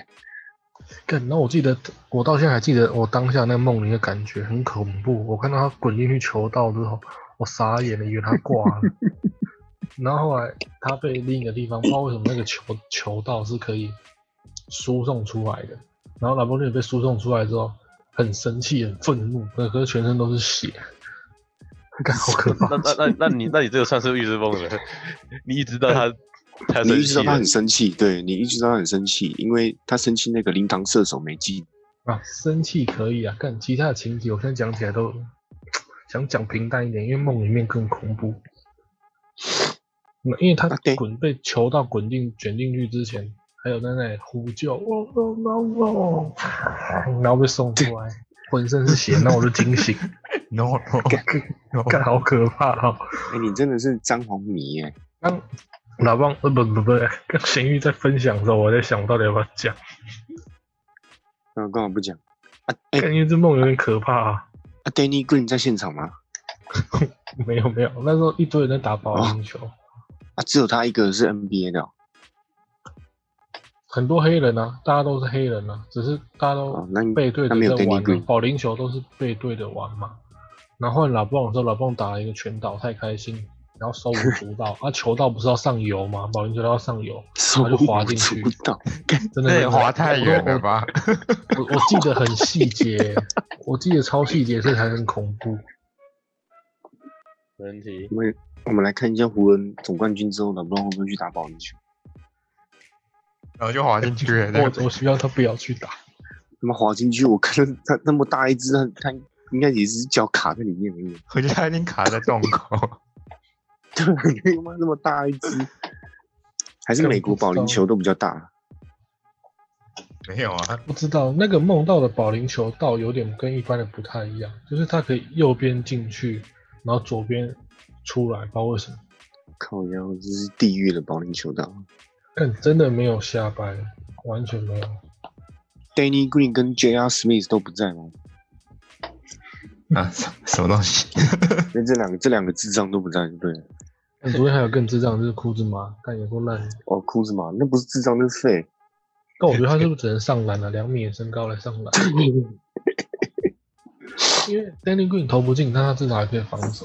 Speaker 1: 干，然后我记得，我到现在还记得我当下那个梦里的感觉很恐怖。我看到他滚进去球道之后，我傻眼了，以为他挂了。然后后来他被另一个地方，不知道为什么那个球球道是可以输送出来的。然后拉波利被输送出来之后，很生气，很愤怒，可可是全身都是血，干好可怕
Speaker 4: 那。那那那你那你这个算是预知梦了， 你一直到他他
Speaker 2: 你
Speaker 4: 生
Speaker 2: 一直
Speaker 4: 气
Speaker 2: 到他
Speaker 4: 了
Speaker 2: 很，生气，对你一直到他很生气，因为他生气那个灵堂射手没进。
Speaker 1: 啊，生气可以啊，干其他的情节，我现在讲起来都想讲平淡一点，因为梦里面更恐怖。那因为他
Speaker 2: 啊对
Speaker 1: 滚被球到滚进卷进去之前，还有在那里呼救，哦哦哦哦，然后被送出来，浑身是血，那我就惊醒，
Speaker 3: no no
Speaker 1: 干
Speaker 3: no，
Speaker 1: 好可怕哦哈、
Speaker 2: 哎、你真的是张皇迷耶、
Speaker 1: 刚老棒呃不不不，刚咸鱼在分享的时候，我在想我到底要不要讲，
Speaker 2: 那干嘛不讲？啊，哎、
Speaker 1: 干因为这梦有点可怕啊。
Speaker 2: 啊，Danny Green 在现场吗？
Speaker 1: 没有没有，那时候一堆人在打保龄球。
Speaker 2: 啊，只有他一个是 NBA 的哦、
Speaker 1: 很多黑人啊，大家都是黑人啊，只是大家都
Speaker 2: 哦那你
Speaker 1: 背对着
Speaker 2: 那没有
Speaker 1: 在
Speaker 2: Danny
Speaker 1: 玩、啊
Speaker 2: Green，
Speaker 1: 保龄球都是背对着玩嘛。然后换老棒的时候，老棒打了一个全倒，太开心，然后手舞足 蹈。啊，球道不是要上游吗？保龄球要上游，
Speaker 2: 手
Speaker 1: 就滑进
Speaker 2: 足
Speaker 1: 去
Speaker 2: 蹈
Speaker 1: 真
Speaker 3: 那
Speaker 1: 的
Speaker 3: 也滑太远了吧？
Speaker 1: 我我记得很细节， 我记得超细节，所以才很恐怖。
Speaker 4: 没问题。
Speaker 2: 我们我们来看一下湖人总冠军之后，老布朗会不会去打保龄球？
Speaker 3: 然后就滑进去了。那
Speaker 1: 我
Speaker 3: 个
Speaker 1: 我希望他不要去打。
Speaker 2: 他妈滑进去，我看到他那么大一只，他他应该也是脚卡在里面而已。
Speaker 3: 我觉得他已经卡在洞口。
Speaker 2: 对，他妈那么大一只，还是美国保龄球都比较大。
Speaker 3: 没有啊，
Speaker 1: 不知道那个梦到的保龄球道有点跟一般的不太一样，就是它可以右边进去，然后左边出来，不知道为什么。
Speaker 2: 靠腰，这是地狱的保龄球道。
Speaker 1: 但真的没有瞎掰，完全没有。
Speaker 2: Danny Green 跟 J.R. Smith 都不在吗？
Speaker 3: 啊，什什么东西？
Speaker 2: 那这两个这两个智障都不在，对不对？
Speaker 1: 但哎昨天还有更智障，就是库兹马，但也够烂。
Speaker 2: 哦，库兹马那不是智障，那是废。
Speaker 1: 但我觉得他是不是只能上篮了、两米的身高来上篮？ 因为 Danny Green 投不进，但他至少还可以防守，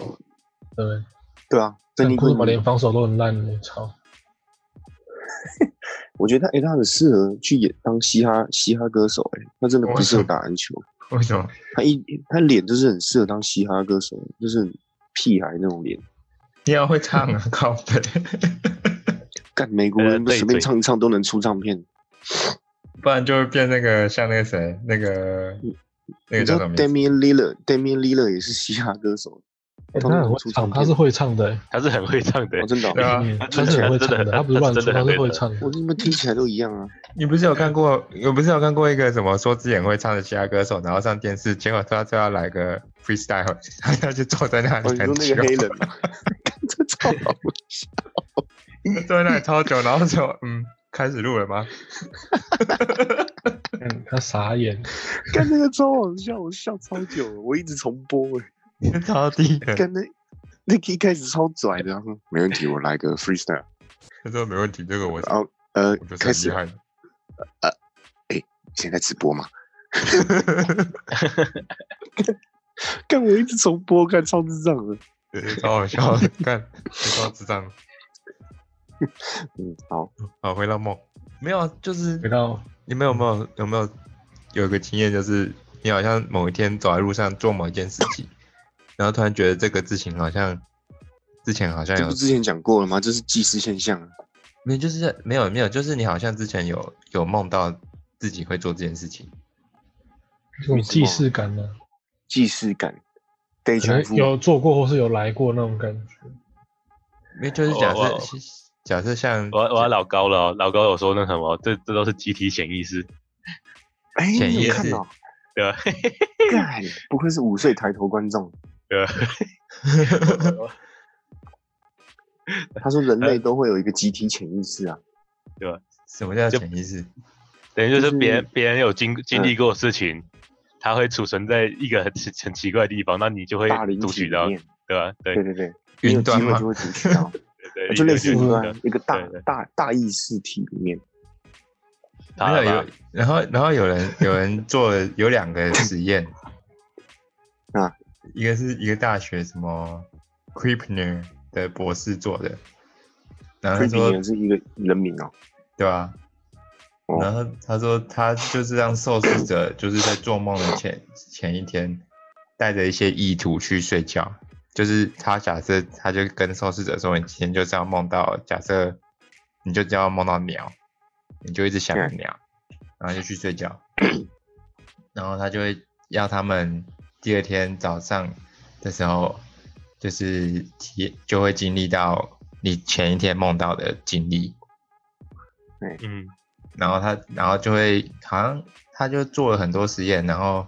Speaker 1: 对不对？
Speaker 2: 对啊
Speaker 1: 但
Speaker 2: ，Danny
Speaker 1: 库兹马
Speaker 2: Green
Speaker 1: 连防守都很烂，我操！
Speaker 2: 我觉得他诶、他很适合去演当嘻哈嘻哈歌手、诶，他真的不适合
Speaker 3: 为什么
Speaker 2: 打篮球，
Speaker 3: 为什么？
Speaker 2: 他一他脸就是很适合当嘻哈歌手，就是很屁孩那种脸。
Speaker 3: 你要会唱啊，靠 背。
Speaker 2: 干美国人
Speaker 4: 呃对
Speaker 2: 随便
Speaker 4: 对
Speaker 2: 唱一唱都能出唱片，
Speaker 3: 不然就会变那个像那个谁，那个那
Speaker 2: 你
Speaker 3: 个
Speaker 2: 知
Speaker 3: 叫
Speaker 2: 道
Speaker 3: 什么名字？
Speaker 2: Damian l i l l a r d a m i a n l i l l a r 也是嘻哈歌手，
Speaker 1: 欸
Speaker 2: 他
Speaker 1: 他很
Speaker 2: 能
Speaker 1: 会
Speaker 2: 出唱
Speaker 1: 唱，他
Speaker 2: 片
Speaker 1: 是。会唱的、欸，
Speaker 4: 他是很会唱的
Speaker 2: 哦，，真的哦、
Speaker 3: 对啊
Speaker 1: 嗯
Speaker 4: 他
Speaker 1: 他
Speaker 4: 真的
Speaker 1: 是很会
Speaker 4: 真的
Speaker 1: 唱的，
Speaker 4: 很
Speaker 1: 他不是乱
Speaker 4: 他
Speaker 1: 出，
Speaker 4: 真的
Speaker 1: 他
Speaker 4: 很
Speaker 1: 是
Speaker 4: 会
Speaker 1: 会
Speaker 4: 唱
Speaker 1: 唱的
Speaker 2: 我。怎么听起来都一样 啊？
Speaker 3: 你不是有看过？我不是有看过一个什么说自己很会唱的其他歌手，然后上电视，结果他最后来个 freestyle，他 他就坐在那
Speaker 2: 哦，
Speaker 3: 里
Speaker 2: 你
Speaker 3: 很
Speaker 2: 说那
Speaker 3: 久，
Speaker 2: 个黑人 嘛，这超好笑。
Speaker 3: 坐在那里超久，然后说嗯，开始录了吗？
Speaker 1: 嗯，他傻眼，
Speaker 2: 干那个超好笑，我笑超久了，我一直重播哎、
Speaker 3: 超低的，
Speaker 2: 干那那个一开始超拽的，然后没问题，我来个 freestyle，
Speaker 3: 他说没问题，这个我是
Speaker 2: 然后呃
Speaker 3: 我就是
Speaker 2: 开
Speaker 3: 很
Speaker 2: 始
Speaker 3: 厉害的。
Speaker 2: 现在直播嘛，干我一直重播，干超智障的。
Speaker 3: 超好笑的，看超智障。
Speaker 2: 嗯，好，
Speaker 3: 好，回到梦，没有，啊，就是
Speaker 1: 回到
Speaker 3: 你们有没有有没有有一个经验，就是你好像某一天走在路上做某一件事情，然后突然觉得这个事情好像之前好像
Speaker 2: 这
Speaker 3: 有
Speaker 2: 不之前讲过了吗？这是祭祀现象啊。
Speaker 3: 没有，就是没有没有，就是你好像之前有有梦到自己会做这件事情，
Speaker 1: 这种既视感呢、
Speaker 2: 既视感，得
Speaker 1: 可
Speaker 2: 全
Speaker 1: 能
Speaker 2: 部
Speaker 1: 哎有做过或是有来过那种感觉。
Speaker 3: 因为就是假
Speaker 4: 我
Speaker 3: 设假设像
Speaker 4: 我要我要老高了哦、老高有说那什么，这这都是集体潜意识，
Speaker 2: 哎，
Speaker 3: 潜
Speaker 2: 你
Speaker 3: 意
Speaker 2: 有看
Speaker 3: 识
Speaker 2: 到？
Speaker 4: 对吧？
Speaker 2: 干，不愧是五岁抬头观众。
Speaker 4: 对吧？
Speaker 2: 他说人类都会有一个集体潜意识啊。
Speaker 3: 什么叫
Speaker 4: 就
Speaker 3: 潜意识？
Speaker 4: 等于就是别人
Speaker 2: 就嗯
Speaker 4: 别人有经经历过的事情，它会储存在一个很 奇很奇怪的地方，那你就会
Speaker 2: 大灵
Speaker 4: 读
Speaker 2: 体
Speaker 4: 取
Speaker 2: 里
Speaker 4: 到，
Speaker 2: 面，
Speaker 4: 对吧？对
Speaker 2: 对对对，你有机
Speaker 3: 云端
Speaker 2: 会
Speaker 3: 吗
Speaker 2: 就？会读取到，
Speaker 4: 对，
Speaker 2: 就类似
Speaker 4: 一
Speaker 2: 云
Speaker 4: 个
Speaker 2: 端一个大
Speaker 4: 对对
Speaker 2: 大大意识体里面。，
Speaker 4: 塔
Speaker 3: 没有
Speaker 4: 吧
Speaker 3: 有，然后然后有人有人做了有两个实验
Speaker 2: 啊，
Speaker 3: 一个是一个大学什么 k r i p n e r 的博士做的，然后
Speaker 2: 推
Speaker 3: 他
Speaker 2: 比
Speaker 3: 说
Speaker 2: 也是一个人名哦。
Speaker 3: 对吧、
Speaker 2: 哦
Speaker 3: 然后他说他就是让受试者就是在做梦的前前一天带着一些意图去睡觉，就是他假设他就跟受试者说，你今天就是要梦到，假设你就要梦到鸟，你就一直想着
Speaker 2: 嗯
Speaker 3: 鸟，然后就去睡觉，然后他就会要他们第二天早上的时候，就是体就会经历到你前一天梦到的经历，
Speaker 4: 嗯，
Speaker 3: 然后他，然后就会好像他就做了很多实验，然后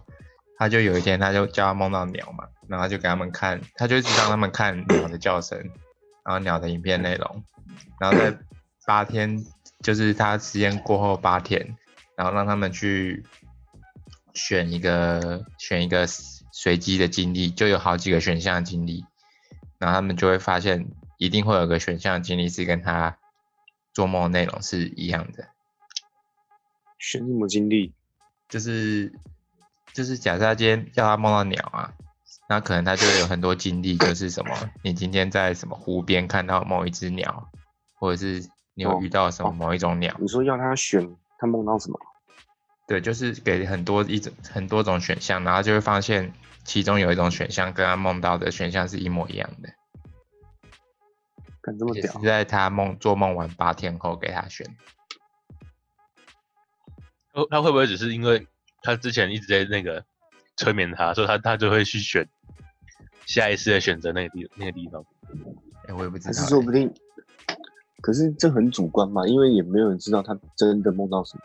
Speaker 3: 他就有一天他就叫他梦到鸟嘛，然后他就给他们看，他就一直让他们看鸟的叫声，然后鸟的影片内容，然后在八天，就是他实验过后八天，然后让他们去选一个选一个随机的经历，就有好几个选项的经历，然后他们就会发现一定会有个选项的经历是跟他做梦的内容是一样的。
Speaker 2: 选什么经历？
Speaker 3: 就是就是假设他今天叫他梦到鸟啊，那可能他就会有很多经历，就是什么，你今天在什么湖边看到某一只鸟，或者是你有遇到什么
Speaker 2: 哦
Speaker 3: 某一种鸟，
Speaker 2: 你说要他选，他梦到什么？
Speaker 3: 对，就是给很多一种很多种选项，然后就会发现其中有一种选项跟他梦到的选项是一模一样的，
Speaker 2: 干这么
Speaker 3: 也是
Speaker 2: 屌？
Speaker 3: 在他梦做梦完八天后给他选，
Speaker 4: 他他会不会只是因为他之前一直在那个催眠他，所以他他就会去选下意识的选择那个地那个地方？
Speaker 3: 哎，我也不知
Speaker 2: 还
Speaker 3: 道
Speaker 2: 是
Speaker 3: 欸、
Speaker 2: 说不定？可是这很主观嘛，因为也没有人知道他真的梦到什么。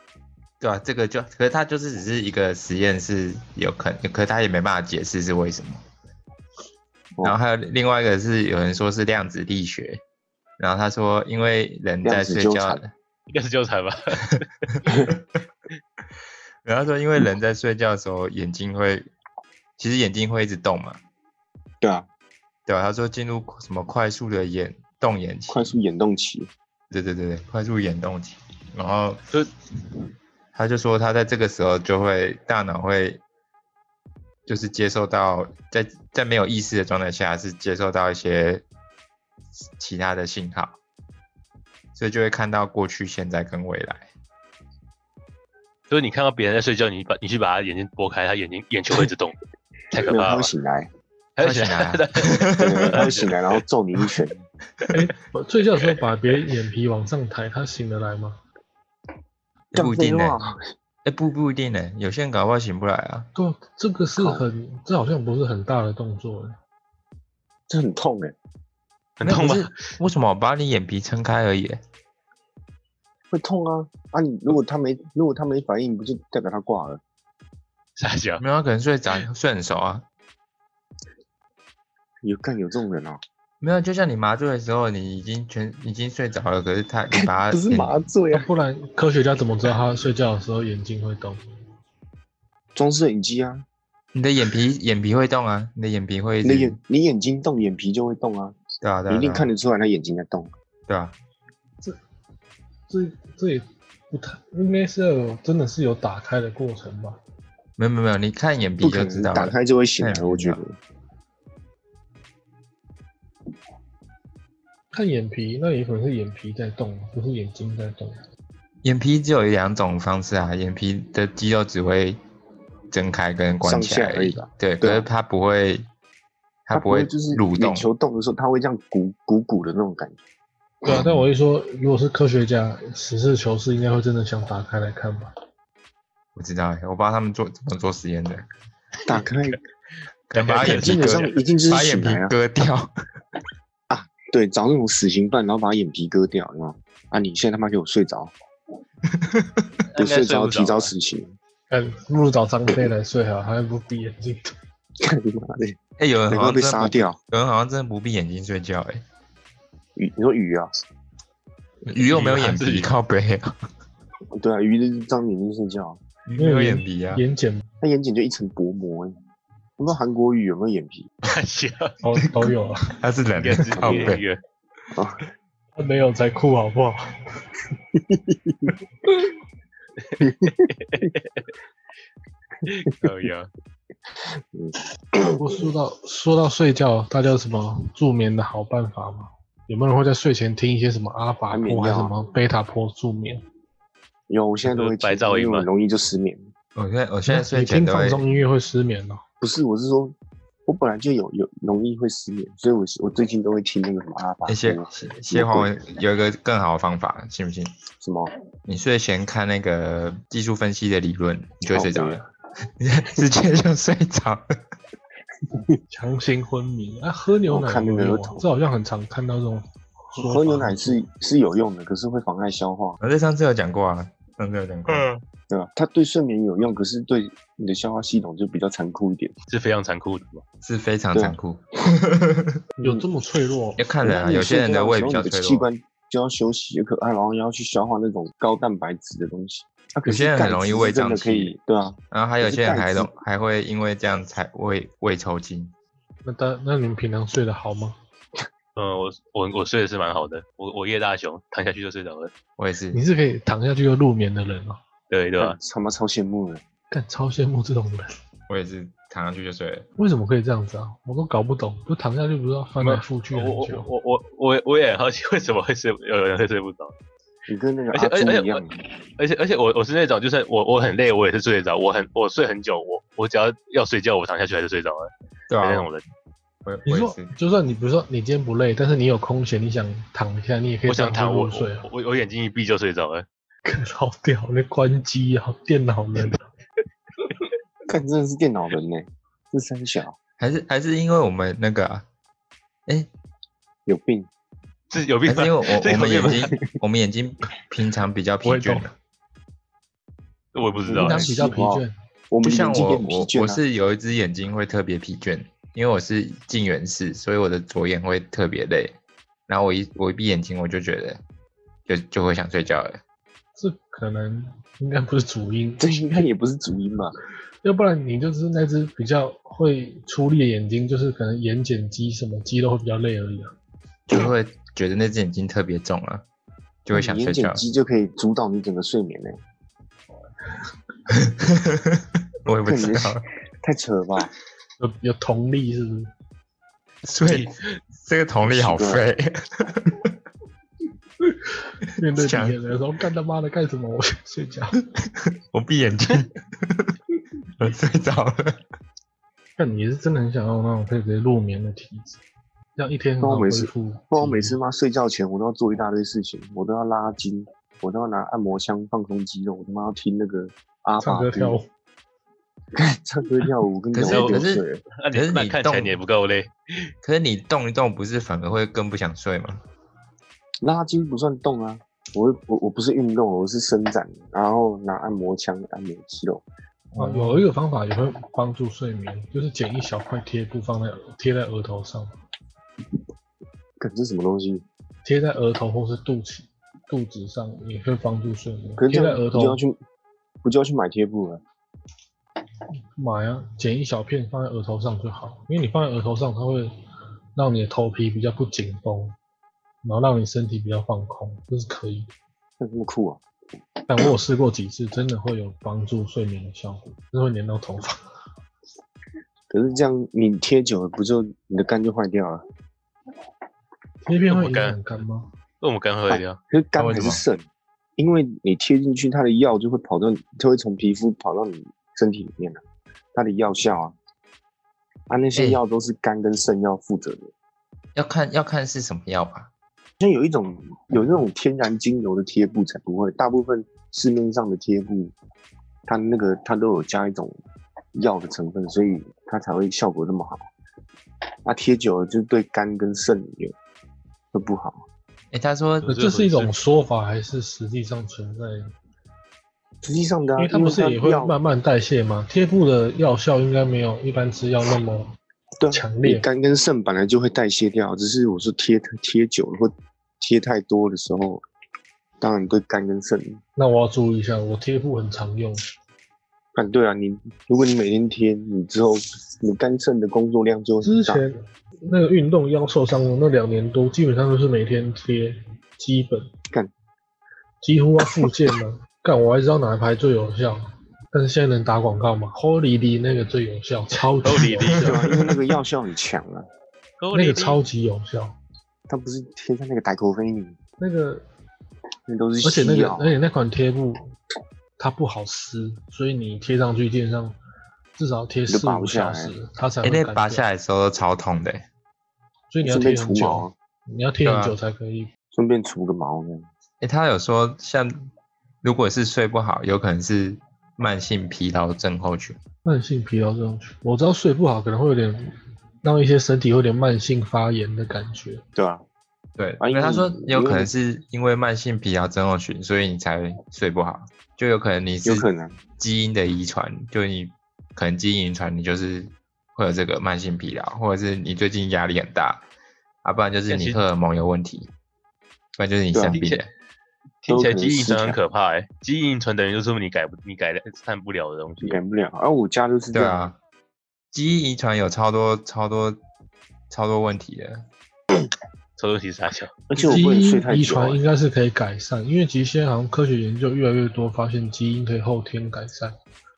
Speaker 3: 对啊，这个就可是他就是只是一个实验室，有可能，可是他也没办法解释是为什么。
Speaker 2: 哦
Speaker 3: 然后还有另外一个是有人说是量子力学，然后他说因为人在睡觉
Speaker 2: 量子纠，
Speaker 4: 应该是纠缠吧？
Speaker 3: 然后他说因为人在睡觉的时候眼睛会，其实眼睛会一直动嘛，
Speaker 2: 对啊，
Speaker 3: 对吧、他说进入什么快速的眼动眼期，
Speaker 2: 快速眼动期，
Speaker 3: 对对对对，快速眼动期。然后
Speaker 4: 就
Speaker 3: 他就说他在这个时候就会大脑会，就是接受到在在没有意识的状态下是接受到一些其他的信号，所以就会看到过去、现在跟未来。
Speaker 4: 就是你看到别人在睡觉，你把你去把他眼睛拨开，他眼睛眼球会一直动，太可
Speaker 2: 没有
Speaker 4: 怕
Speaker 2: 他
Speaker 4: 了
Speaker 2: 会
Speaker 4: 吧。
Speaker 2: 醒来，
Speaker 4: 还
Speaker 3: 他醒 来啊
Speaker 2: 对他会醒来，然后揍你一 拳。
Speaker 1: 睡觉的时候把别人眼皮往上抬，他醒得来吗？
Speaker 3: 欸
Speaker 2: 干
Speaker 3: 不一定
Speaker 2: 废
Speaker 3: 呢、
Speaker 2: 话
Speaker 3: 哎、不不一定呢、有些人搞不好醒不来啊。
Speaker 1: 对啊，这个是
Speaker 2: 靠
Speaker 1: 很，这好像不是很大的动作欸。
Speaker 2: 这很痛哎，
Speaker 4: 很痛吗
Speaker 3: 那？不是？为什么我把你眼皮撑开而已、
Speaker 2: 会痛啊！啊，你如果他没如果他没反应，不就代表他挂了？
Speaker 4: 傻笑，
Speaker 3: 没有，他啊可能睡着，睡很熟啊。
Speaker 2: 有干有这种人哦？
Speaker 3: 没有，就像你麻醉的时候，你已经全已经睡着了，可是他 你把他
Speaker 2: 不是
Speaker 3: 眼
Speaker 2: 麻醉
Speaker 1: 要
Speaker 2: 啊，
Speaker 1: 不然科学家怎么知道他睡觉的时候眼睛会动？
Speaker 2: 装摄影机啊，
Speaker 3: 你的眼皮眼皮会动啊，你的眼皮会一
Speaker 2: 你的
Speaker 3: 直
Speaker 2: 眼你眼睛动，眼皮就会动啊，
Speaker 3: 对啊对啊，
Speaker 2: 你一定
Speaker 3: 对啊
Speaker 2: 看得出来他眼睛在动。
Speaker 3: 对啊，
Speaker 1: 这这也不太，应该是要有真的是有打开的过程吧？
Speaker 3: 没有没有没有，你看眼皮
Speaker 2: 不可
Speaker 3: 就知
Speaker 2: 能
Speaker 3: 道
Speaker 2: 打
Speaker 3: 了。
Speaker 2: 开就会醒
Speaker 3: 哎
Speaker 2: 来
Speaker 3: 呀，
Speaker 2: 我觉得
Speaker 1: 看眼皮，那也可能是眼皮在动，不是眼睛在动。
Speaker 3: 眼皮只有两种方式啊，眼皮的肌肉只会睁开跟关
Speaker 2: 上
Speaker 3: 起来
Speaker 2: 下
Speaker 3: 而
Speaker 2: 而已
Speaker 3: 已
Speaker 2: 吧。对
Speaker 3: 对，可
Speaker 2: 啊
Speaker 3: 是它不会，它
Speaker 2: 不
Speaker 3: 会
Speaker 2: 就是
Speaker 3: 蠕动
Speaker 2: 眼。球动的时候，它会这样鼓鼓鼓的那种感觉。
Speaker 1: 对啊，但我一说，如果是科学家，实事求是，应该会真的想打开来看吧？
Speaker 3: 不知道欸，我不知道他们做怎么做实验的，
Speaker 2: 打开
Speaker 3: 可能把 它眼皮
Speaker 2: 基本
Speaker 3: 割
Speaker 2: 哎上，一定就是
Speaker 3: 把眼
Speaker 2: 醒
Speaker 3: 皮
Speaker 2: 来啊。
Speaker 3: 割掉。
Speaker 2: 对，找那种死刑犯，然后把眼皮割掉，有没有啊，你现在他妈给我睡 着，
Speaker 4: 应
Speaker 2: 我
Speaker 4: 该
Speaker 2: 睡
Speaker 4: 睡
Speaker 2: 着
Speaker 4: 不
Speaker 2: 提
Speaker 4: 着
Speaker 2: 早
Speaker 4: 吧。
Speaker 2: 死刑。
Speaker 1: 看，不如找张飞来睡好，还不闭眼睛。
Speaker 2: 看你妈的，
Speaker 3: 哎、有人
Speaker 2: 能够
Speaker 3: 好像
Speaker 2: 被
Speaker 3: 真的
Speaker 2: 杀
Speaker 3: 不，
Speaker 2: 掉。
Speaker 3: 有人好像真的不闭眼睛睡觉、欸，
Speaker 2: 鱼，你说鱼啊？
Speaker 3: 鱼又没有
Speaker 4: 鱼啊
Speaker 3: 眼
Speaker 4: 是
Speaker 3: 皮
Speaker 4: 鱼
Speaker 3: 靠背啊，
Speaker 2: 对啊，鱼就是张眼睛睡觉啊，
Speaker 3: 鱼没有眼皮啊，
Speaker 1: 眼睑
Speaker 2: 它眼睑就一层薄膜、欸。我不知道韩国鱼有没有眼皮，
Speaker 1: 都都有啊，
Speaker 3: 它是人
Speaker 4: 应该
Speaker 3: 的
Speaker 4: 是
Speaker 3: 靠
Speaker 4: 一个一
Speaker 3: 背。
Speaker 4: 个
Speaker 1: 没有才酷好不好？
Speaker 4: 靠腰
Speaker 1: 不过说到说到睡觉，大家有什么助眠的好办法吗？有没有人会在睡前听一些什么阿法
Speaker 2: 安眠
Speaker 1: 波还是
Speaker 2: 药啊
Speaker 1: 什么贝塔波助眠？
Speaker 2: 有，我现在都会听
Speaker 4: 白噪音
Speaker 2: 因为我
Speaker 4: 吗
Speaker 2: 很容易就失眠。
Speaker 3: 我现在我现在睡
Speaker 1: 你
Speaker 3: 前
Speaker 1: 听
Speaker 3: 都
Speaker 1: 放
Speaker 3: 会，
Speaker 1: 松音乐会失眠哦。
Speaker 2: 不是，我是说，我本来就有有容易会失眠，所以我我最近都会听那个什么阿巴
Speaker 3: 哎谢
Speaker 2: 波
Speaker 3: 谢谢黄文有一个更好的方法，信不信？
Speaker 2: 什么，
Speaker 3: 你睡前看那个技术分析的理论，你就会睡着
Speaker 2: 靠背啊
Speaker 3: 了， 你直接就睡着了。
Speaker 1: 强行昏迷啊，喝牛奶
Speaker 2: 我哦看那
Speaker 1: 有
Speaker 2: 个
Speaker 1: 没有
Speaker 2: 儿
Speaker 1: 啊
Speaker 2: 童
Speaker 1: 这好像很常看到这种说法。
Speaker 2: 喝牛奶是是有用的，可是会妨碍消化，
Speaker 3: 我在上次有讲过啊，上次有讲过。
Speaker 4: 嗯，
Speaker 2: 对吧？它对睡眠有用，可是对你的消化系统就比较残酷一点。
Speaker 4: 是非常残酷的嘛。
Speaker 3: 是非常
Speaker 2: 对啊
Speaker 3: 残酷，
Speaker 1: 有这么脆弱？
Speaker 3: 要看人
Speaker 2: 那
Speaker 3: 啊，
Speaker 2: 你
Speaker 3: 有些人
Speaker 2: 睡觉
Speaker 3: 的胃
Speaker 2: 时
Speaker 3: 比
Speaker 2: 候
Speaker 3: 较
Speaker 2: 你
Speaker 3: 脆
Speaker 2: 的器
Speaker 3: 弱，
Speaker 2: 官就要休息，可啊，然后要去消化那种高蛋白质的东西。啊，可
Speaker 3: 有些
Speaker 2: 是
Speaker 3: 人
Speaker 2: 钙
Speaker 3: 很容易
Speaker 2: 质
Speaker 3: 胃
Speaker 2: 是真
Speaker 3: 胀
Speaker 2: 的可以
Speaker 3: 气，
Speaker 2: 对啊，
Speaker 3: 然后还有
Speaker 2: 可是
Speaker 3: 些人
Speaker 2: 钙
Speaker 3: 还
Speaker 2: 质
Speaker 3: 容还会因为这样才胃胃抽筋。
Speaker 1: 那大那你们平常睡得好吗？
Speaker 4: 嗯，我我我睡的是蛮好的，我我夜大雄躺下去就睡着了，
Speaker 3: 我也是
Speaker 1: 你，是可以躺下去就入眠的人哦，
Speaker 4: 对对吧
Speaker 2: 干？他妈超羡慕的。
Speaker 1: 干超羡慕这种人，
Speaker 3: 我也是躺上去就睡了。
Speaker 1: 为什么可以这样子啊？我都搞不懂，就躺下去不是要翻来覆去
Speaker 4: 我
Speaker 1: 很
Speaker 4: 我
Speaker 1: 久？
Speaker 4: 我我我我也很好奇为什么会睡有人会睡不着，
Speaker 2: 你跟那个
Speaker 4: 而且
Speaker 2: 阿
Speaker 4: 而且
Speaker 2: 朱一样啊，
Speaker 4: 而且而且我我是那种就是我我很累我也是睡得着，我很我睡很久，我我只要要睡觉我躺下去还是睡着了，
Speaker 3: 对
Speaker 4: 的
Speaker 3: 啊
Speaker 4: 那，种人。
Speaker 3: 我
Speaker 1: 你
Speaker 3: 我也
Speaker 1: 说
Speaker 3: 是，，
Speaker 1: 就算你不是说你今天不累，但是你有空闲，你想躺一下，你也可以
Speaker 4: 我想
Speaker 1: 这
Speaker 4: 躺
Speaker 1: 样
Speaker 4: 我
Speaker 1: 入睡啊。
Speaker 4: 我我我眼睛一闭就睡着了，
Speaker 1: 干好屌，那关机啊，电脑人啊，
Speaker 2: 看真的是电脑人呢、这三小
Speaker 3: 还是还是因为我们那个啊，哎，
Speaker 2: 有病。
Speaker 4: 是有
Speaker 3: 还
Speaker 4: 病
Speaker 3: 是因为
Speaker 4: 吗？
Speaker 3: 我
Speaker 4: 这
Speaker 3: 我
Speaker 4: 有
Speaker 3: 们眼
Speaker 4: 病吗
Speaker 3: 睛我们眼睛平常比较疲
Speaker 1: 我也
Speaker 3: 倦
Speaker 1: 懂，
Speaker 4: 我也不知道
Speaker 1: 平常
Speaker 2: 我当，
Speaker 4: 欸
Speaker 1: 比较疲倦。
Speaker 2: 我
Speaker 3: 就
Speaker 2: 们
Speaker 3: 像
Speaker 2: 眼睛
Speaker 3: 我
Speaker 2: 变疲
Speaker 3: 我
Speaker 2: 倦
Speaker 3: 我
Speaker 2: 啊
Speaker 3: 是有一只眼睛会特别疲倦，因为我是近远视，所以我的左眼会特别累，然后我一我一闭眼睛我就觉得就就会想睡觉了。
Speaker 1: 这可能应该不是主因，
Speaker 2: 这应该也不是主因 吧？
Speaker 1: 要不然你就是那只比较会出力的眼睛，就是可能眼睑肌什么肌肉会比较累而已啊。
Speaker 3: 就会觉得那只眼睛特别重啊，就会想
Speaker 2: 你
Speaker 3: 睡
Speaker 2: 嗯眼
Speaker 3: 觉
Speaker 2: 睑。肌就可以主导你整个睡眠呢、
Speaker 3: 我也不 知道，
Speaker 2: 太扯了吧？
Speaker 3: 嗯
Speaker 1: 有有同力是不是？
Speaker 3: 所以这个同理好废。
Speaker 1: 面对敌
Speaker 3: 讲
Speaker 1: 人的时候，干他妈的干什么？我想睡觉。
Speaker 3: 我闭眼睛， 我睡着了。
Speaker 1: 但你是真的很想要那种可以直接入眠的体质，这样一天很
Speaker 2: 那我
Speaker 1: 好恢
Speaker 2: 每次
Speaker 1: 复。
Speaker 2: 不然我每次妈睡觉前我都要做一大堆事情，我都要拉筋，我都要拿按摩枪放松肌肉，我他妈要听那个阿
Speaker 1: 唱
Speaker 2: 爸
Speaker 1: 歌跳舞，
Speaker 2: 唱歌跳舞，跟你
Speaker 3: 可
Speaker 2: 讲
Speaker 3: 是
Speaker 2: 我
Speaker 3: 可
Speaker 2: 流水
Speaker 3: 是
Speaker 2: 了，
Speaker 4: 欸那
Speaker 3: 可是
Speaker 4: 你那
Speaker 3: 你
Speaker 4: 看起来
Speaker 3: 动
Speaker 4: 你也不够累，
Speaker 3: 可是你动一动，不是反而会更不想睡吗？
Speaker 2: 拉筋不算动啊。我我我不是运动，我是伸展，然后拿按摩枪按摩肌肉。哦
Speaker 1: 啊，有一个方法也会帮助睡眠，就是剪一小块贴布放在贴在额头上，
Speaker 2: 可这什么东西？
Speaker 1: 贴在额头或是肚脐、肚子上也会帮助睡眠
Speaker 2: 可。是
Speaker 1: 贴
Speaker 2: 这
Speaker 1: 在
Speaker 2: 样
Speaker 1: 额
Speaker 2: 不就
Speaker 1: 头
Speaker 2: 要去不就要去买贴布啊了？
Speaker 1: 买啊，剪一小片放在额头上就好，因为你放在额头上，它会让你的头皮比较不紧绷，然后让你身体比较放空，这是可以的。
Speaker 2: 那这么酷啊！
Speaker 1: 但我有试过几次，真的会有帮助睡眠的效果，就是会粘到头发。
Speaker 2: 可是这样你贴久了，不就你的肝就坏掉了？
Speaker 1: 贴片会
Speaker 4: 我
Speaker 1: 影
Speaker 4: 干
Speaker 1: 响肝吗？
Speaker 4: 那我们刚喝掉，
Speaker 2: 可是肝
Speaker 3: 那为
Speaker 2: 还
Speaker 3: 什
Speaker 2: 是
Speaker 3: 么
Speaker 2: 肾，因为你贴进去，它的药就会跑到你，就会从皮肤跑到你身体里面了、它的药效啊，啊那些
Speaker 3: 哎
Speaker 2: 药都是肝跟肾要负责的。
Speaker 3: 要看要看是什么药吧。
Speaker 2: 像有一种有那种天然精油的贴布才不会，大部分市面上的贴布，它那个它都有加一种药的成分，所以它才会效果那么好。那、贴久了就对肝跟肾也会不好。
Speaker 3: 哎，他说
Speaker 4: 可是
Speaker 1: 这是一种说法，还是实际上存在？
Speaker 2: 实际上的、
Speaker 1: 因
Speaker 2: 啊，
Speaker 1: 为它不是也会
Speaker 2: 药
Speaker 1: 慢慢代谢吗？贴布的药效应该没有一般吃药那么
Speaker 2: 对啊
Speaker 1: 强
Speaker 2: 你
Speaker 1: 烈。
Speaker 2: 肝跟肾本来就会代谢掉，只是我说贴贴久了或贴太多的时候，当然对肝跟肾。
Speaker 1: 那我要注意一下，我贴布很常用，
Speaker 2: 啊，对啊，你如果你每天贴，你之后你肝肾的工作量就会很
Speaker 1: 之
Speaker 2: 大
Speaker 1: 前那个运动腰受伤的那两年多，基本上都是每天贴，基本
Speaker 2: 干
Speaker 1: 几乎要复健了。 干，我还知道哪一排最有效，但是现在能打广告吗？Holy 的那个最有效，超级
Speaker 4: Holy
Speaker 1: 有
Speaker 4: Lee
Speaker 2: 对啊，
Speaker 1: 效，
Speaker 2: 因为那个药效很强啊，
Speaker 1: 那个超级有效，
Speaker 2: 它不是贴在那个傣口飞你，
Speaker 1: 那个
Speaker 2: 那都是
Speaker 1: 而且那
Speaker 2: 西
Speaker 1: 个
Speaker 2: 药。啊
Speaker 1: 而且那款贴布它不好撕，所以你贴上去基本上至少要贴
Speaker 2: 就
Speaker 1: 四
Speaker 2: 拔
Speaker 1: 五
Speaker 2: 不
Speaker 1: 个
Speaker 2: 下
Speaker 1: 小
Speaker 2: 来
Speaker 1: 时，它才
Speaker 3: 哎，
Speaker 1: 会
Speaker 3: 那
Speaker 1: 干
Speaker 3: 拔
Speaker 1: 掉
Speaker 3: 下来的时候都超痛的。欸
Speaker 1: 所以你要
Speaker 2: 顺便
Speaker 1: 贴很
Speaker 2: 除
Speaker 1: 久，
Speaker 2: 毛，啊
Speaker 1: 你要贴很
Speaker 3: 对
Speaker 1: 久
Speaker 3: 啊
Speaker 1: 才可以。
Speaker 2: 顺便除个毛呢。
Speaker 3: 哎，他有说像如果是睡不好，有可能是慢性疲劳症候群。
Speaker 1: 慢性疲劳症候群，我知道睡不好可能会有点让一些身体会有点慢性发炎的感觉。
Speaker 2: 对啊，
Speaker 3: 对，
Speaker 2: 啊
Speaker 3: 因为他
Speaker 2: 因为
Speaker 3: 说
Speaker 2: 你
Speaker 3: 有
Speaker 2: 因为
Speaker 3: 可能
Speaker 2: 你
Speaker 3: 是因为慢性疲劳症候群，所以你才睡不好，就有可能你是
Speaker 2: 有可能
Speaker 3: 基因的遗传，就你可能基因遗传你就是会有这个慢性疲劳，或者是你最近压力很大，啊，不然就是
Speaker 4: 但其
Speaker 3: 你
Speaker 4: 实
Speaker 3: 荷尔蒙有问题，不然就是你
Speaker 2: 对啊
Speaker 3: 生
Speaker 2: 听
Speaker 3: 病
Speaker 4: 起来
Speaker 3: 了。
Speaker 4: 听起来
Speaker 2: 都可能
Speaker 4: 基因遗
Speaker 2: 失
Speaker 4: 传
Speaker 2: 调
Speaker 4: 很可怕哎、基因遗传等于就是你改不你改的看不了的东西。
Speaker 2: 改不了。而、我家就是这
Speaker 3: 对
Speaker 2: 样，
Speaker 3: 啊，基因遗传有超多超多超多问题的。
Speaker 4: 抽东西傻笑，
Speaker 2: 而且我
Speaker 1: 基
Speaker 2: 不能睡
Speaker 1: 因
Speaker 2: 太
Speaker 1: 遗
Speaker 2: 久、啊
Speaker 1: 传。应该是可以改善，因为其实现在好像科学研究越来越多，发现基因可以后天改善，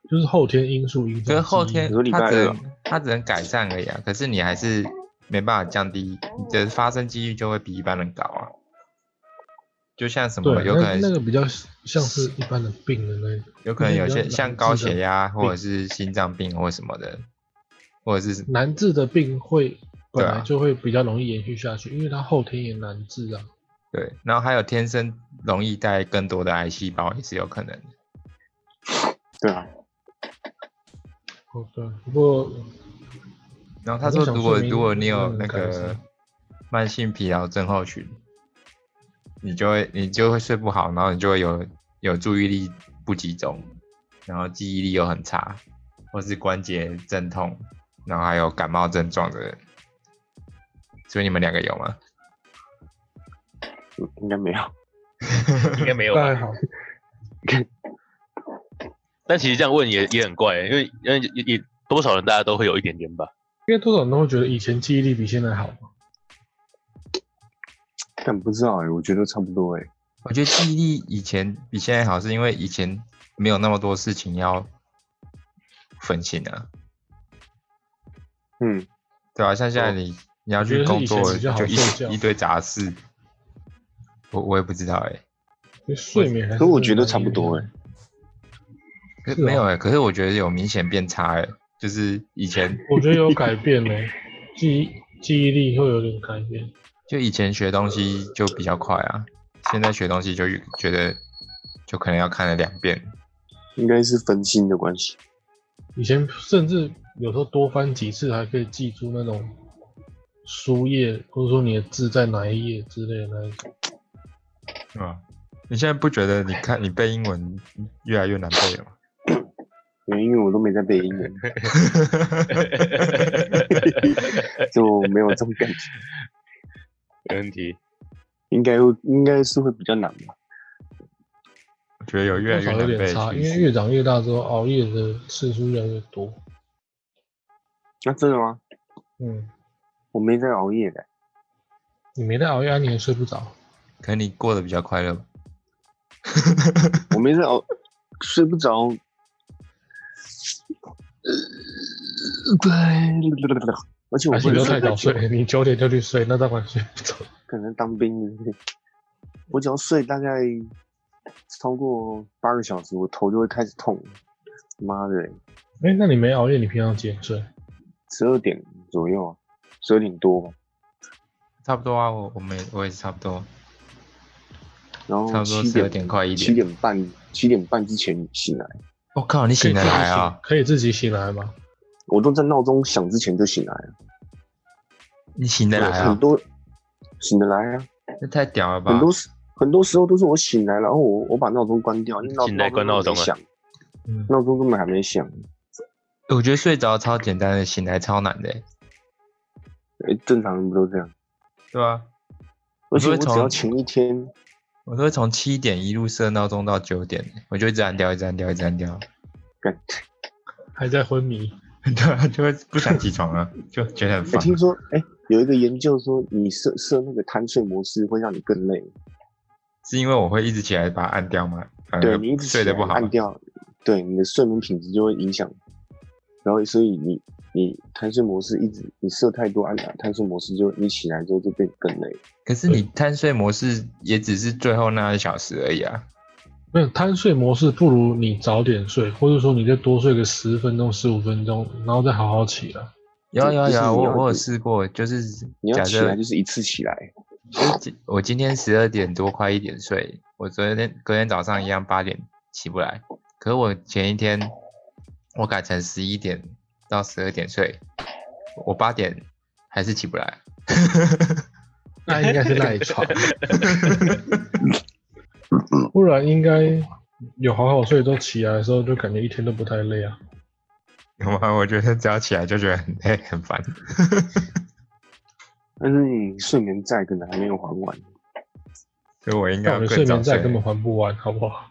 Speaker 1: 就是后天因素影响基
Speaker 3: 可
Speaker 1: 因。
Speaker 3: 是后天
Speaker 2: 你说礼
Speaker 3: 它
Speaker 2: 拜
Speaker 3: 只
Speaker 2: 二
Speaker 3: 能它只能改善而已啊，可是你还是没办法降低你的发生几率，就会比一般人高啊。就像什么
Speaker 1: 对，
Speaker 3: 有可
Speaker 1: 那
Speaker 3: 能
Speaker 1: 那个比较像是一般的病的那种，
Speaker 3: 有可能有
Speaker 1: 那个
Speaker 3: 些
Speaker 1: 比较
Speaker 3: 像
Speaker 1: 难
Speaker 3: 高
Speaker 1: 治的
Speaker 3: 血压或者
Speaker 1: 病
Speaker 3: 是心脏病或什么的，或者是
Speaker 1: 难治的病会
Speaker 3: 对
Speaker 1: 本
Speaker 3: 啊
Speaker 1: 来就会比较容易延续下去，因为它后天也难治啊。
Speaker 3: 对，然后还有天生容易带更多的癌细胞也是有可能的。
Speaker 2: 对啊，
Speaker 1: 哦，对，不过
Speaker 3: 然后他
Speaker 1: 我就
Speaker 3: 说，
Speaker 1: 想
Speaker 3: 如果
Speaker 1: 说明
Speaker 3: 如果你有
Speaker 1: 嗯
Speaker 3: 那
Speaker 1: 可能
Speaker 3: 个
Speaker 1: 是
Speaker 3: 慢性疲劳症候群，你就会你就会睡不好，然后你就会有有注意力不集中，然后记忆力又很差，或是关节阵痛，然后还有感冒症状的人。所以你们两个有吗？
Speaker 2: 嗯应该没有。
Speaker 4: 应该没有
Speaker 1: 大概
Speaker 4: 吧？
Speaker 1: 好，
Speaker 4: 但其实这样问也也很怪、欸，因为因为也也多少人大家都会有一点点吧。
Speaker 1: 因为多少人都会觉得以前记忆力比现在好嘛。
Speaker 2: 但不知道哎、我觉得差不多哎、
Speaker 3: 我觉得记忆力以前比现在好，是因为以前没有那么多事情要分心啊，
Speaker 2: 嗯，
Speaker 3: 对啊，像现在你、你要去
Speaker 1: 哦我觉得
Speaker 3: 工
Speaker 1: 是以前比
Speaker 3: 作，
Speaker 1: 较好
Speaker 3: 就一
Speaker 1: 睡觉
Speaker 3: 一堆杂事，我我也不知道哎、
Speaker 1: 因为睡眠还是
Speaker 2: 可我
Speaker 1: 真的
Speaker 2: 觉得
Speaker 1: 蛮
Speaker 2: 差不
Speaker 1: 影
Speaker 2: 多
Speaker 1: 响
Speaker 2: 欸
Speaker 3: 可
Speaker 1: 是
Speaker 3: 没有
Speaker 1: 哦
Speaker 3: 哎、可是我觉得有明显变差哎、就是以前
Speaker 1: 我觉得有改变呢、记忆记忆力会有点改变。
Speaker 3: 就以前学东西就比较快啊，现在学东西就觉得就可能要看了两遍，
Speaker 2: 应该是分心的关系。
Speaker 1: 以前甚至有时候多翻几次还可以记住那种书页，或者说你的字在哪一页之类的那一种。
Speaker 3: 是吧？你现在不觉得你看你背英文越来越难背了吗？
Speaker 2: 因为我都没在背英文， 就没有这种感觉。
Speaker 4: 没问题，
Speaker 2: 应该会，应该是会比较难吧？
Speaker 3: 我觉得有越
Speaker 1: 多少
Speaker 3: 来越
Speaker 1: 有
Speaker 3: 难背
Speaker 1: 点
Speaker 3: 的
Speaker 1: 差，
Speaker 3: 趋
Speaker 1: 因为
Speaker 3: 势
Speaker 1: 越长越大之后，熬夜的次数越来越多。
Speaker 2: 那、真的吗？
Speaker 1: 嗯，
Speaker 2: 我没在熬夜的、
Speaker 1: 你没在熬夜，啊你也睡不着。
Speaker 3: 可能你过得比较快乐吧。
Speaker 2: 我没在熬，睡不着。呃，对，而且我
Speaker 1: 而且
Speaker 2: 不
Speaker 1: 你又
Speaker 2: 能
Speaker 1: 太早
Speaker 2: 久
Speaker 1: 睡，你九点就去睡，那当然睡不着。
Speaker 2: 可能当兵的，我只要睡大概超过八个小时，我头就会开始痛。妈的，
Speaker 1: 哎、那你没熬夜，你平常几点睡？
Speaker 2: 十二点左右啊，十二点多嘛，
Speaker 3: 差不多啊，我我们也我也是差不多，
Speaker 2: 然后
Speaker 3: 差不多
Speaker 2: 七
Speaker 3: 十二
Speaker 2: 点
Speaker 3: 点快一
Speaker 2: 七
Speaker 3: 点。
Speaker 2: 点半七点半之前醒来，
Speaker 3: 我、靠，你醒得来啊？
Speaker 1: 可以自己醒来吗？
Speaker 2: 我都在闹钟响之前就醒来了。
Speaker 3: 你醒得来
Speaker 2: 很
Speaker 3: 啊？
Speaker 2: 多醒得来啊，
Speaker 3: 那太屌了吧
Speaker 2: 很！多时很多时候都是我醒来，然后我我把闹钟关掉，因为闹
Speaker 4: 醒来关闹钟
Speaker 2: 没
Speaker 4: 啊
Speaker 2: 响
Speaker 3: 嗯，
Speaker 2: 闹钟根本还没响。
Speaker 3: 我觉得睡着超简单的，醒来超难的欸，
Speaker 2: 诶正常人不都这样？
Speaker 3: 对吧、啊？
Speaker 2: 而且我
Speaker 3: 你会
Speaker 2: 只
Speaker 3: 从
Speaker 2: 要前一天
Speaker 3: 我都会从七点一路设闹钟到九点欸，我就一直按掉，一直按掉，一直按掉，
Speaker 2: 干，
Speaker 1: 还在昏迷？
Speaker 3: 对啊，就会不想起床了，就觉得很
Speaker 2: 哎、
Speaker 3: 烦。
Speaker 2: 听说哎、有一个研究说，你设设那个贪睡模式会让你更累，
Speaker 3: 是因为我会一直起来把它按掉吗？反
Speaker 2: 对
Speaker 3: 而
Speaker 2: 你一直
Speaker 3: 睡
Speaker 2: 起
Speaker 3: 得
Speaker 2: 来
Speaker 3: 不好，
Speaker 2: 按掉，对你的睡眠品质就会影响。然后所以你你贪睡模式一直你设太多按贪睡模式就你起来之后就变更累。
Speaker 3: 可是你贪睡模式也只是最后那一小时而已啊。
Speaker 1: 没有贪睡模式，不如你早点睡，或者说你再多睡个十分钟、十五分钟，然后再好好起来。
Speaker 3: 有啊有啊
Speaker 2: 就是
Speaker 3: 有啊，
Speaker 2: 你
Speaker 3: 我
Speaker 2: 要
Speaker 3: 我有
Speaker 2: 你
Speaker 3: 试过，就是
Speaker 2: 你要
Speaker 3: 假
Speaker 2: 起
Speaker 3: 设
Speaker 2: 来就是一次起来，
Speaker 3: 就是今我今天十二点多快一点睡，我昨天隔天早上一样八点起不来，可是我前一天我改成十一点到十二点睡，我八点还是起不来，
Speaker 1: 那应该是赖床，不然应该有好好睡，都起来的时候就感觉一天都不太累啊。
Speaker 3: 有吗？我觉得只要起来就觉得很累很烦，
Speaker 2: 但是你睡眠债可能还没有还完。
Speaker 3: 所以我应该
Speaker 1: 那我
Speaker 3: 要
Speaker 1: 的
Speaker 3: 更
Speaker 1: 睡
Speaker 3: 早
Speaker 1: 眠债
Speaker 3: 睡。
Speaker 1: 根本还不完，好不好？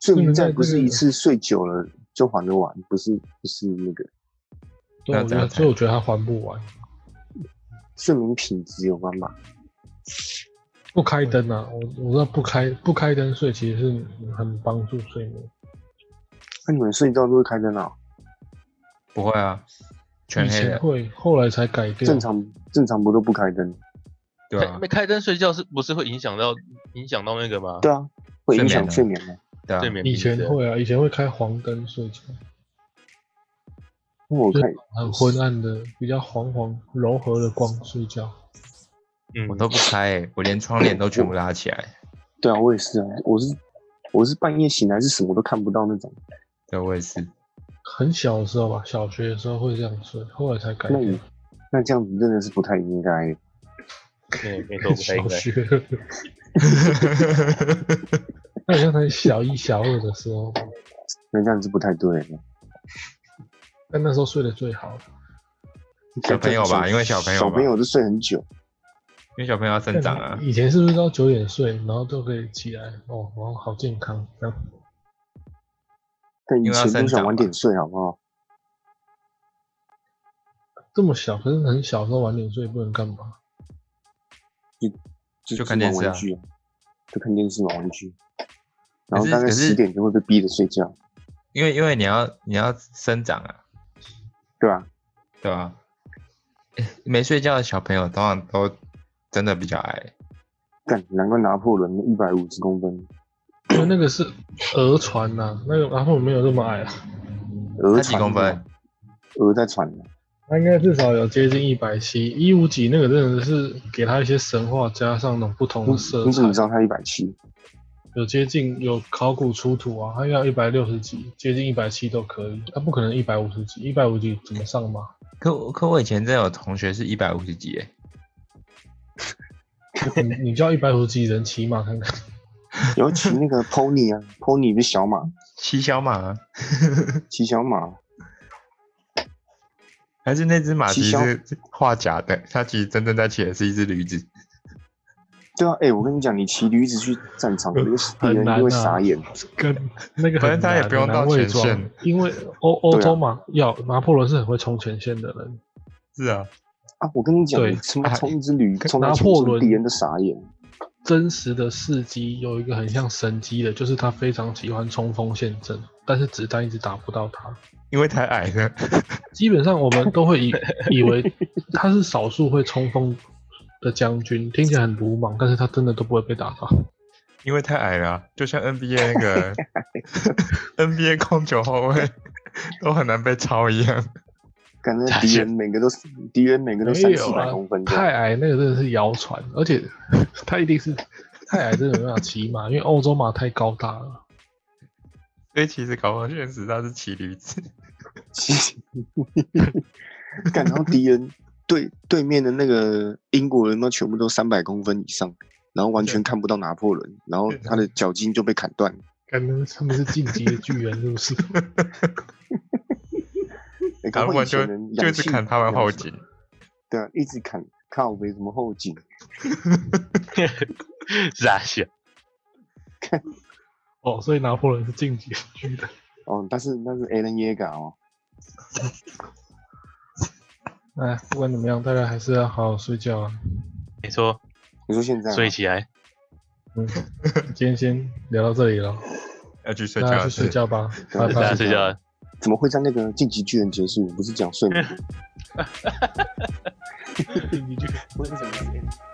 Speaker 2: 睡
Speaker 1: 眠
Speaker 2: 眠
Speaker 1: 债
Speaker 2: 债不是
Speaker 1: 这个
Speaker 2: 一次睡久了就还得完，不是不是那个
Speaker 1: 所以我觉
Speaker 3: 那怎
Speaker 1: 得，
Speaker 3: 样
Speaker 1: 所以我觉得他还不完。
Speaker 2: 睡眠品质有关吧？
Speaker 1: 不开灯啊，我我知道不开不开灯睡其实是很帮助睡眠。
Speaker 2: 那你们睡觉都会开灯啊？
Speaker 3: 不会啊，全
Speaker 1: 以
Speaker 3: 黑
Speaker 1: 前
Speaker 3: 的，
Speaker 1: 会，后来才改掉。
Speaker 2: 正常正常不都不开灯？
Speaker 3: 对啊
Speaker 4: 没，开灯睡觉是不是会影响到影响到那个吗？
Speaker 2: 对啊，会影响
Speaker 3: 睡
Speaker 2: 睡眠吗？
Speaker 3: 对啊
Speaker 4: 睡，眠
Speaker 1: 以
Speaker 4: 品质
Speaker 1: 前会啊，以前会开黄灯睡觉，
Speaker 2: 因为我
Speaker 1: 就
Speaker 2: 看
Speaker 1: 很昏暗的，比较黄黄柔和的光睡觉。
Speaker 4: 嗯
Speaker 3: 我都不开欸、我连窗帘都全部拉起来，
Speaker 2: 对啊，我也是啊，我是我是半夜醒来是什么都看不到那种。
Speaker 3: 对我也是。
Speaker 1: 很小的时候吧，小学的时候会这样睡，后来才改
Speaker 2: 那
Speaker 1: 掉
Speaker 2: 你。那这样子真的是不太应该。
Speaker 4: 对，没错，不太应
Speaker 1: 小
Speaker 4: 该。
Speaker 1: 学， 那你像才小一、小二的时候，
Speaker 2: 那这样是不太对的，
Speaker 1: 但那时候睡得最好。
Speaker 3: 小朋友吧因为小朋友吧
Speaker 2: 小朋友都睡很久，
Speaker 3: 因为小朋友要生长啊
Speaker 1: 但，以前是不是到九点睡，然后都可以起来哦，然后好健康这样。
Speaker 2: 但以
Speaker 3: 因为要
Speaker 2: 前
Speaker 3: 生
Speaker 2: 都
Speaker 3: 长
Speaker 2: 想
Speaker 3: 嘛
Speaker 2: 晚点睡，好不好？
Speaker 1: 这么小，可是很小的时候晚点睡不能干嘛？
Speaker 3: 就
Speaker 2: 就
Speaker 3: 看电视啊
Speaker 2: 玩玩具啊，就看电视玩玩具，然后
Speaker 3: 可是
Speaker 2: 大概
Speaker 3: 可是
Speaker 2: 十点就会被逼着睡觉，
Speaker 3: 因为因为你要你要生长啊，
Speaker 2: 对啊吧、
Speaker 3: 对吧、诶没睡觉的小朋友通常都真的比较矮，
Speaker 2: 干，难怪拿破仑一百五十公分，
Speaker 1: 因为那个是讹传呐、那个然后没有这么矮啊，
Speaker 2: 鹅
Speaker 3: 他几
Speaker 2: 传
Speaker 3: 公分？
Speaker 2: 鹅在传的，
Speaker 1: 他应该至少有接近一百七，一五几那个真的是给他一些神话加上那种不同
Speaker 2: 你
Speaker 1: 的色
Speaker 2: 你
Speaker 1: 彩
Speaker 2: 怎，么知道他一百七？
Speaker 1: 有接近有考古出土啊，他要一百六十几，接近一百七都可以，他不可能一百五十几，一百五几怎么上嘛？
Speaker 3: 可我可我以前真的有同学是一百五十几耶，
Speaker 1: 你你叫一百五十几人骑马看看，
Speaker 2: 尤其那个 pony 啊，pony 不是小马，
Speaker 3: 骑小马啊
Speaker 2: 骑小马，
Speaker 3: 还是那只马其
Speaker 2: 骑小
Speaker 3: 实是画假的，它其实真正在骑的是一只驴子，
Speaker 2: 对啊，哎、我跟你讲，你骑驴子去战场，那个敌
Speaker 1: 呃很
Speaker 2: 人
Speaker 1: 难
Speaker 2: 就会
Speaker 1: 啊
Speaker 2: 傻眼，
Speaker 1: 跟那个
Speaker 3: 反
Speaker 1: 很
Speaker 3: 正他也不用到
Speaker 1: 难伪
Speaker 3: 前
Speaker 1: 装
Speaker 3: 线，
Speaker 1: 因为欧欧
Speaker 2: 对啊
Speaker 1: 洲嘛，要拿破仑是很会冲前线的人，
Speaker 3: 是啊，
Speaker 2: 啊！我跟你讲，
Speaker 1: 对
Speaker 2: 你他妈
Speaker 3: 哎
Speaker 2: 冲一只驴，冲到
Speaker 1: 拿
Speaker 2: 前
Speaker 1: 破
Speaker 2: 线
Speaker 1: 仑
Speaker 2: 敌人都傻眼，
Speaker 1: 真实的事迹有一个很像神机的，就是他非常喜欢冲锋陷阵，但是子弹一直打不到他。
Speaker 3: 因为太矮了，
Speaker 1: 基本上我们都会以以 为他是少数会冲锋的将军，听起来很鲁莽，但是他真的都不会被打到。
Speaker 3: 因为太矮了啊，就像 NBA 那个 NBA 控球后卫都很难被超一样。
Speaker 2: 感觉
Speaker 4: 他
Speaker 2: 敌
Speaker 4: 是
Speaker 2: 人每个都是敌人每个都
Speaker 1: 没
Speaker 2: 三
Speaker 1: 有
Speaker 2: 四百
Speaker 1: 啊
Speaker 2: 公分，这样
Speaker 1: 太矮那个真的是谣传，而且 他一定是太矮，真的没办法骑马，因为欧洲马太高大了。
Speaker 3: 所以其实搞不好现实他是骑驴子，
Speaker 2: 其 实，感到敌人对对面的那个英国人，那全部都三百公分以上，然后完全看不到拿破仑，然后他的脚筋就被砍断。
Speaker 1: 感觉他们是晋级的巨人，是不是？
Speaker 2: 欸、
Speaker 3: 然
Speaker 2: 搞不
Speaker 3: 后
Speaker 2: 好
Speaker 3: 我
Speaker 2: 以
Speaker 3: 就
Speaker 2: 前人
Speaker 3: 就一
Speaker 2: 养
Speaker 3: 直
Speaker 2: 性
Speaker 3: 砍他们后颈，
Speaker 2: 对啊，一直砍靠没什么后颈，
Speaker 4: 傻笑，
Speaker 1: 哦，所以拿破仑是晋级的巨人。
Speaker 2: 哦，但是但是 Alan Yeager 哦，
Speaker 1: 哎，不管怎么样，大家还是要好好睡觉啊。
Speaker 4: 没错，
Speaker 2: 你说现在、啊，
Speaker 4: 睡起来，
Speaker 1: 嗯，今天先聊到这里 了，
Speaker 3: 要去睡
Speaker 1: 大
Speaker 3: 觉
Speaker 1: 家
Speaker 3: 了，
Speaker 1: 去睡觉吧，
Speaker 2: 对
Speaker 1: 拜
Speaker 4: 大家
Speaker 1: 拜。
Speaker 4: 啊睡觉了，
Speaker 2: 怎么会在那个晋级巨人结束？不是讲睡吗？
Speaker 1: 晋级巨人
Speaker 2: 我是讲 Alan